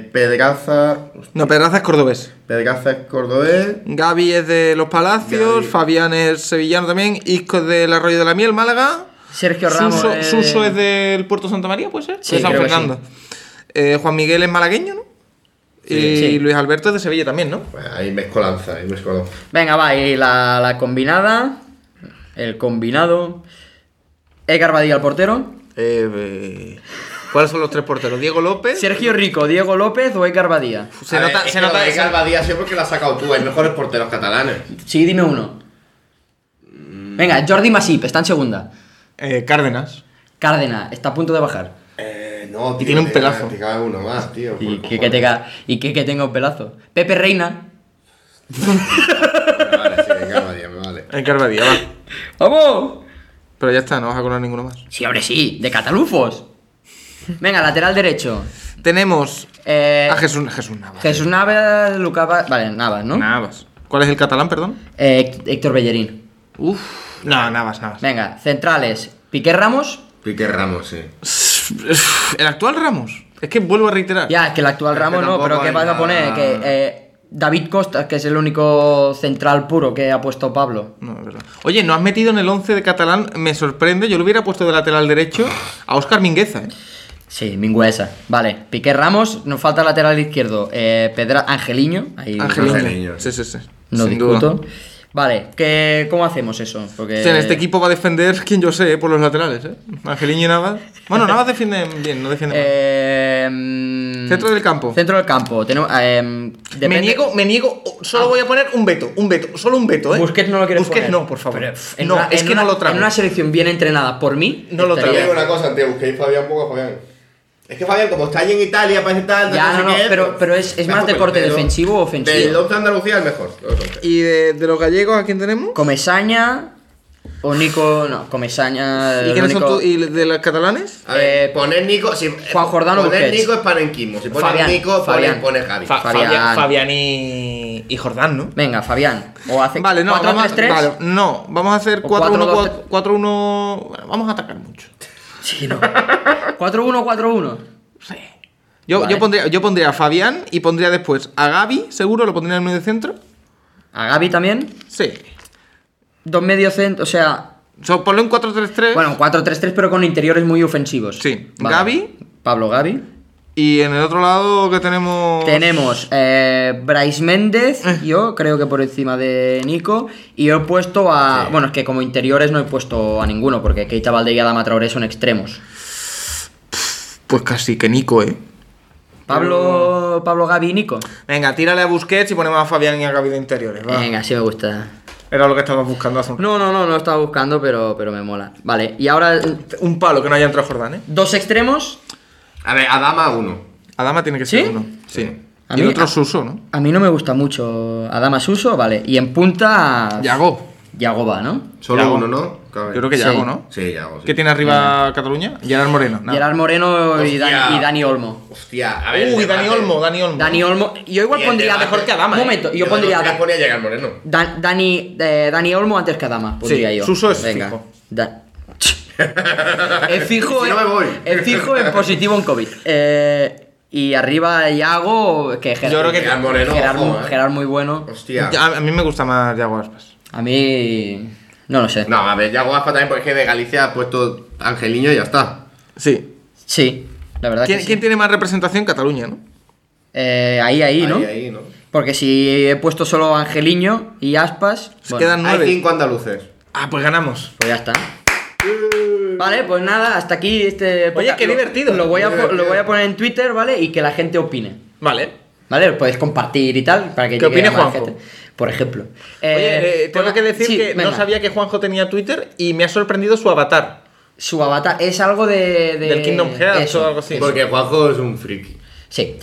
Speaker 4: Eh, Pedraza.
Speaker 3: No, Pedraza es cordobés.
Speaker 4: Pedraza es cordobés.
Speaker 3: Gaby es de Los Palacios,
Speaker 4: Gavi.
Speaker 3: Fabián es sevillano también, Isco es del Arroyo de la Miel, Málaga.
Speaker 2: Sergio Ramos.
Speaker 3: Suso,
Speaker 2: eh,
Speaker 3: Suso es del Puerto Santa María, ¿puede ser?
Speaker 2: Sí,
Speaker 3: de San
Speaker 2: creo que
Speaker 3: Fernando. Eh, Juan Miguel es malagueño, ¿no? y
Speaker 2: Sí.
Speaker 3: Luis Alberto es de Sevilla también, ¿no?
Speaker 4: Bueno, ahí mezcolanza, ahí mezcolanza.
Speaker 2: Venga, va, y la, la combinada. El combinado. Edgar Badía, el portero.
Speaker 3: Eh, eh, ¿Cuáles son los tres porteros? Diego López.
Speaker 2: Sergio Rico, Diego López o Edgar Badía.
Speaker 3: Se
Speaker 4: A ver,
Speaker 3: nota,
Speaker 4: es
Speaker 3: se
Speaker 4: que lo
Speaker 3: nota.
Speaker 4: de Galvadía siempre que la has sacado tú, hay mejores porteros catalanes.
Speaker 2: Sí, dime uno. Venga, Jordi Masip, está en segunda.
Speaker 3: Eh, Cárdenas.
Speaker 2: Cárdenas, está a punto de bajar.
Speaker 4: Eh, no, tío,
Speaker 3: tiene un
Speaker 4: te-
Speaker 3: pelazo.
Speaker 4: Te cabe uno más, tío.
Speaker 2: Y
Speaker 4: por
Speaker 2: que, que
Speaker 4: cojones.
Speaker 2: tenga, y que, que tenga un pelazo. Pepe Reina.
Speaker 4: Me vale, sí, venga, Badía, me vale.
Speaker 3: En Carvadía, va.
Speaker 2: ¡Vamos!
Speaker 3: Pero ya está, no vas a colar ninguno más.
Speaker 2: Sí, hombre, sí, de Catalufos. Venga, lateral derecho.
Speaker 3: Tenemos
Speaker 2: Eh,
Speaker 3: a Jesús, Jesús Navas.
Speaker 2: Jesús Navas, Lucas... Va- Vale, Navas, ¿no?
Speaker 3: Navas. ¿Cuál es el catalán, perdón?
Speaker 2: Eh, Héctor Bellerín.
Speaker 3: Uf. No, Navas, Navas.
Speaker 2: Venga, centrales. Piqué Ramos.
Speaker 4: Pique Ramos, sí.
Speaker 3: El actual Ramos. Es que vuelvo a reiterar.
Speaker 2: Ya, es que el actual
Speaker 4: que
Speaker 2: Ramos no,
Speaker 4: tampoco
Speaker 2: pero ¿qué
Speaker 4: hay
Speaker 2: van a
Speaker 4: nada.
Speaker 2: poner? Que eh, David Costa, que es el único central puro que ha puesto Pablo.
Speaker 3: No, es verdad. Oye, no has metido en el 11 de catalán, me sorprende. Yo lo hubiera puesto de lateral derecho a Oscar Mingueza, ¿eh?
Speaker 2: Sí, Mingüesa. Vale, Piqué Ramos, nos falta lateral izquierdo. Eh, Pedra, Angeliño. Ahí
Speaker 3: Angeliño.
Speaker 4: Angeliño.
Speaker 3: Sí, sí, sí.
Speaker 2: No
Speaker 3: Sin
Speaker 2: discuto. Eh.
Speaker 3: duda.
Speaker 2: Vale, ¿qué, ¿cómo hacemos eso? Porque...
Speaker 3: O sea, en este equipo va a defender quien yo sé, ¿eh? por los laterales, ¿eh? Angeliño y Navas. Bueno, Navas defiende bien, no defiende mal.
Speaker 2: Eh, mm,
Speaker 3: Centro del campo.
Speaker 2: Centro del campo. Tenemos, eh, depende-
Speaker 3: Me niego, me niego, oh, solo voy a poner un veto, un veto, solo un veto, ¿eh?
Speaker 2: Busquets no lo quieres
Speaker 3: Busquets
Speaker 2: poner.
Speaker 3: no, por favor.
Speaker 2: Pero, pff, en
Speaker 3: no,
Speaker 2: una-
Speaker 3: es
Speaker 2: en
Speaker 3: que
Speaker 2: una-
Speaker 3: no lo trago.
Speaker 2: En una selección bien entrenada por mí.
Speaker 3: No lo
Speaker 4: Te
Speaker 2: estaría-
Speaker 4: digo una cosa, tío, busquéis Fabián un poco a Fabián. Es que Fabián, como está ahí en Italia, parece tal,
Speaker 2: Ya,
Speaker 4: sé
Speaker 2: no, no,
Speaker 4: qué, pues,
Speaker 2: pero- pero es- es más
Speaker 4: mejor
Speaker 2: deporte
Speaker 4: portero.
Speaker 2: defensivo o ofensivo.
Speaker 4: Del 11 de Andalucía el mejor. de los 11.
Speaker 3: ¿Y de, de los gallegos a quién tenemos?
Speaker 2: Comesaña o Nico. No, Comesaña.
Speaker 3: ¿Y
Speaker 2: el
Speaker 3: quiénes son
Speaker 2: único-
Speaker 3: tú? ¿Y de los catalanes?
Speaker 4: A ver,
Speaker 2: Eh,
Speaker 4: poner Nico. Si,
Speaker 2: Juan Jordano
Speaker 4: Poner
Speaker 2: Busquets.
Speaker 4: Nico es panenquismo. Si pones
Speaker 2: Fabián,
Speaker 4: Nico,
Speaker 2: Fabián.
Speaker 4: Fabián. pone Javi.
Speaker 2: Fa- Fabián. Fabián- Fabián
Speaker 3: y, y Jordán, ¿no?
Speaker 2: Venga, Fabián. O hace
Speaker 3: Vale, no, vamos, a-
Speaker 2: 4-3-3.
Speaker 3: vale, no, vamos a hacer
Speaker 2: O cuatro, dos,
Speaker 3: 4-1-4-1.
Speaker 2: tres.
Speaker 3: bueno, vamos a atacar mucho.
Speaker 2: Sí, no. 4-1-4-1.
Speaker 3: Yo,
Speaker 2: Vale.
Speaker 3: yo, pondría, yo pondría a Fabián y pondría después a Gaby, seguro, lo pondría en el medio centro.
Speaker 2: A Gaby también.
Speaker 3: Sí.
Speaker 2: Dos medio centro. O sea.
Speaker 3: O sea, ponle un 4-3-3
Speaker 2: Bueno, 4-3-3, pero con interiores muy ofensivos.
Speaker 3: Sí. Gavi.
Speaker 2: Pablo Gaby.
Speaker 3: y en el otro lado que tenemos.
Speaker 2: Tenemos eh, Bryce Méndez, yo creo que por encima de Nico. Y yo he puesto a. Bueno, es que como interiores no he puesto a ninguno, porque Keita Valdé y Adama Traoré son extremos.
Speaker 3: Pues casi que Nico, eh.
Speaker 2: Pablo, Pablo Gaby y Nico.
Speaker 3: Venga, tírale a Busquets y ponemos a Fabián y a Gaby de interiores.
Speaker 4: Ah.
Speaker 3: va.
Speaker 2: Venga, sí me gusta.
Speaker 3: Era lo que estabas buscando hace un
Speaker 2: No, no, no, no lo estaba buscando, pero, pero me mola. Vale, y ahora eh,
Speaker 3: Un palo que no haya entrado Jordán, eh.
Speaker 2: dos extremos.
Speaker 4: A ver, Adama uno.
Speaker 3: Adama tiene que
Speaker 2: ¿Sí?
Speaker 3: ser uno. Sí.
Speaker 2: A
Speaker 3: Y el
Speaker 2: mí-
Speaker 3: otro Suso, ¿no?
Speaker 2: A mí no me gusta mucho Adama Suso, vale. Y en punta.
Speaker 3: Yago.
Speaker 2: Yagoba, ¿no?
Speaker 4: Solo
Speaker 3: Yago.
Speaker 4: uno, ¿no? Cabe.
Speaker 3: Yo creo que
Speaker 2: Sí.
Speaker 3: Yago, ¿no?
Speaker 4: Sí, ya hago. sí.
Speaker 3: ¿Qué tiene arriba Cataluña? Gerard Moreno. nada.
Speaker 2: Gerard Moreno y
Speaker 4: Hostia.
Speaker 2: Dani, y Dani Olmo.
Speaker 4: Hostia, a ver. el
Speaker 3: Uy, Dani
Speaker 4: debate.
Speaker 3: Olmo, Dani Olmo.
Speaker 2: Dani Olmo. Yo igual
Speaker 4: Y el
Speaker 2: pondría.
Speaker 4: debate.
Speaker 3: mejor que Adama,
Speaker 2: Un
Speaker 3: ¿eh?
Speaker 2: momento, yo,
Speaker 4: no
Speaker 2: pondría.
Speaker 4: creo que ponía a llegar Moreno.
Speaker 2: Dan- Dani, eh, Dani Olmo antes que Adama, pondría yo.
Speaker 3: Suso es fijo.
Speaker 2: Da- es fijo,
Speaker 4: <laughs> Si no
Speaker 2: en-
Speaker 4: me voy.
Speaker 2: es fijo en positivo en COVID. Eh, y arriba Iago, que Gerard,
Speaker 3: Yo creo que-
Speaker 4: Gerard Moreno,
Speaker 2: Gerard,
Speaker 4: ojo,
Speaker 2: mu-
Speaker 4: eh.
Speaker 2: Gerard muy bueno.
Speaker 4: Hostia.
Speaker 3: Ya, A, a mí me gusta más Yago Aspas.
Speaker 2: A mí, no lo sé.
Speaker 4: No, a ver, ya hago Aspa también porque de Galicia ha puesto Angeliño y ya está.
Speaker 3: Sí.
Speaker 2: Sí, la verdad
Speaker 3: ¿Quién,
Speaker 2: que sí.
Speaker 3: quién tiene más representación? Cataluña, ¿no?
Speaker 2: Eh, ahí, ahí, ¿no?
Speaker 4: Ahí, ahí, ¿no?
Speaker 2: Porque si he puesto solo Angeliño y Aspas,
Speaker 3: Se
Speaker 2: bueno,
Speaker 3: quedan nueve.
Speaker 4: Hay cinco andaluces.
Speaker 3: Ah, pues ganamos.
Speaker 2: pues ya está. Vale, pues nada, hasta aquí este... podcast.
Speaker 3: qué
Speaker 2: Lo-
Speaker 3: divertido.
Speaker 2: Lo voy, a, po- lo
Speaker 4: divertido.
Speaker 2: voy a poner en Twitter, ¿vale? Y que la gente opine.
Speaker 3: Vale.
Speaker 2: ¿Vale? Lo podéis compartir y tal para que
Speaker 3: ¿Qué
Speaker 2: llegue a
Speaker 3: opine
Speaker 2: más
Speaker 3: Juanjo?
Speaker 2: gente. Por ejemplo.
Speaker 3: Oye, eh, tengo
Speaker 2: pues,
Speaker 3: que decir
Speaker 2: sí,
Speaker 3: que no
Speaker 2: venga.
Speaker 3: sabía que Juanjo tenía Twitter y me ha sorprendido su avatar.
Speaker 2: Su avatar es algo de. de-
Speaker 3: Del Kingdom Hearts o algo así. Sí.
Speaker 4: Porque Juanjo es un friki.
Speaker 2: Sí.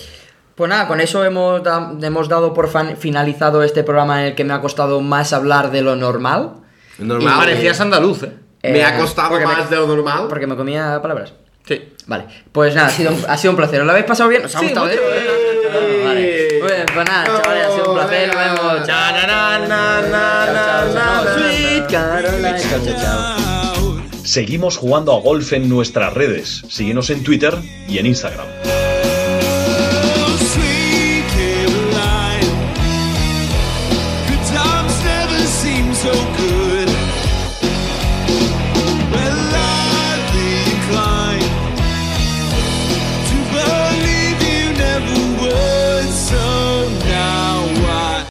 Speaker 2: Pues nada, con eso hemos, da- hemos dado por fan- finalizado este programa en el que me ha costado más hablar de lo normal.
Speaker 4: Normal.
Speaker 2: Y
Speaker 3: Parecías andaluz, ¿eh?
Speaker 4: Me
Speaker 2: Eh,
Speaker 4: ha costado
Speaker 2: porque me-
Speaker 4: más de lo normal.
Speaker 2: Porque me comía palabras.
Speaker 3: Sí.
Speaker 2: Vale, pues nada, ha sido un, ha sido un placer. ¿Os lo habéis pasado bien? ¿Os ha
Speaker 3: Sí,
Speaker 2: gustado?
Speaker 3: mucho.
Speaker 2: eh? Vale. Muy bien, pues nada, chavales, ha sido un placer. Nos vemos. Chao,
Speaker 3: Na, na, na, na, na, na, na.
Speaker 2: Sweet Caroline. Chao, chao, chao.
Speaker 1: Seguimos jugando a golf en nuestras redes. Síguenos en Twitter y en Instagram.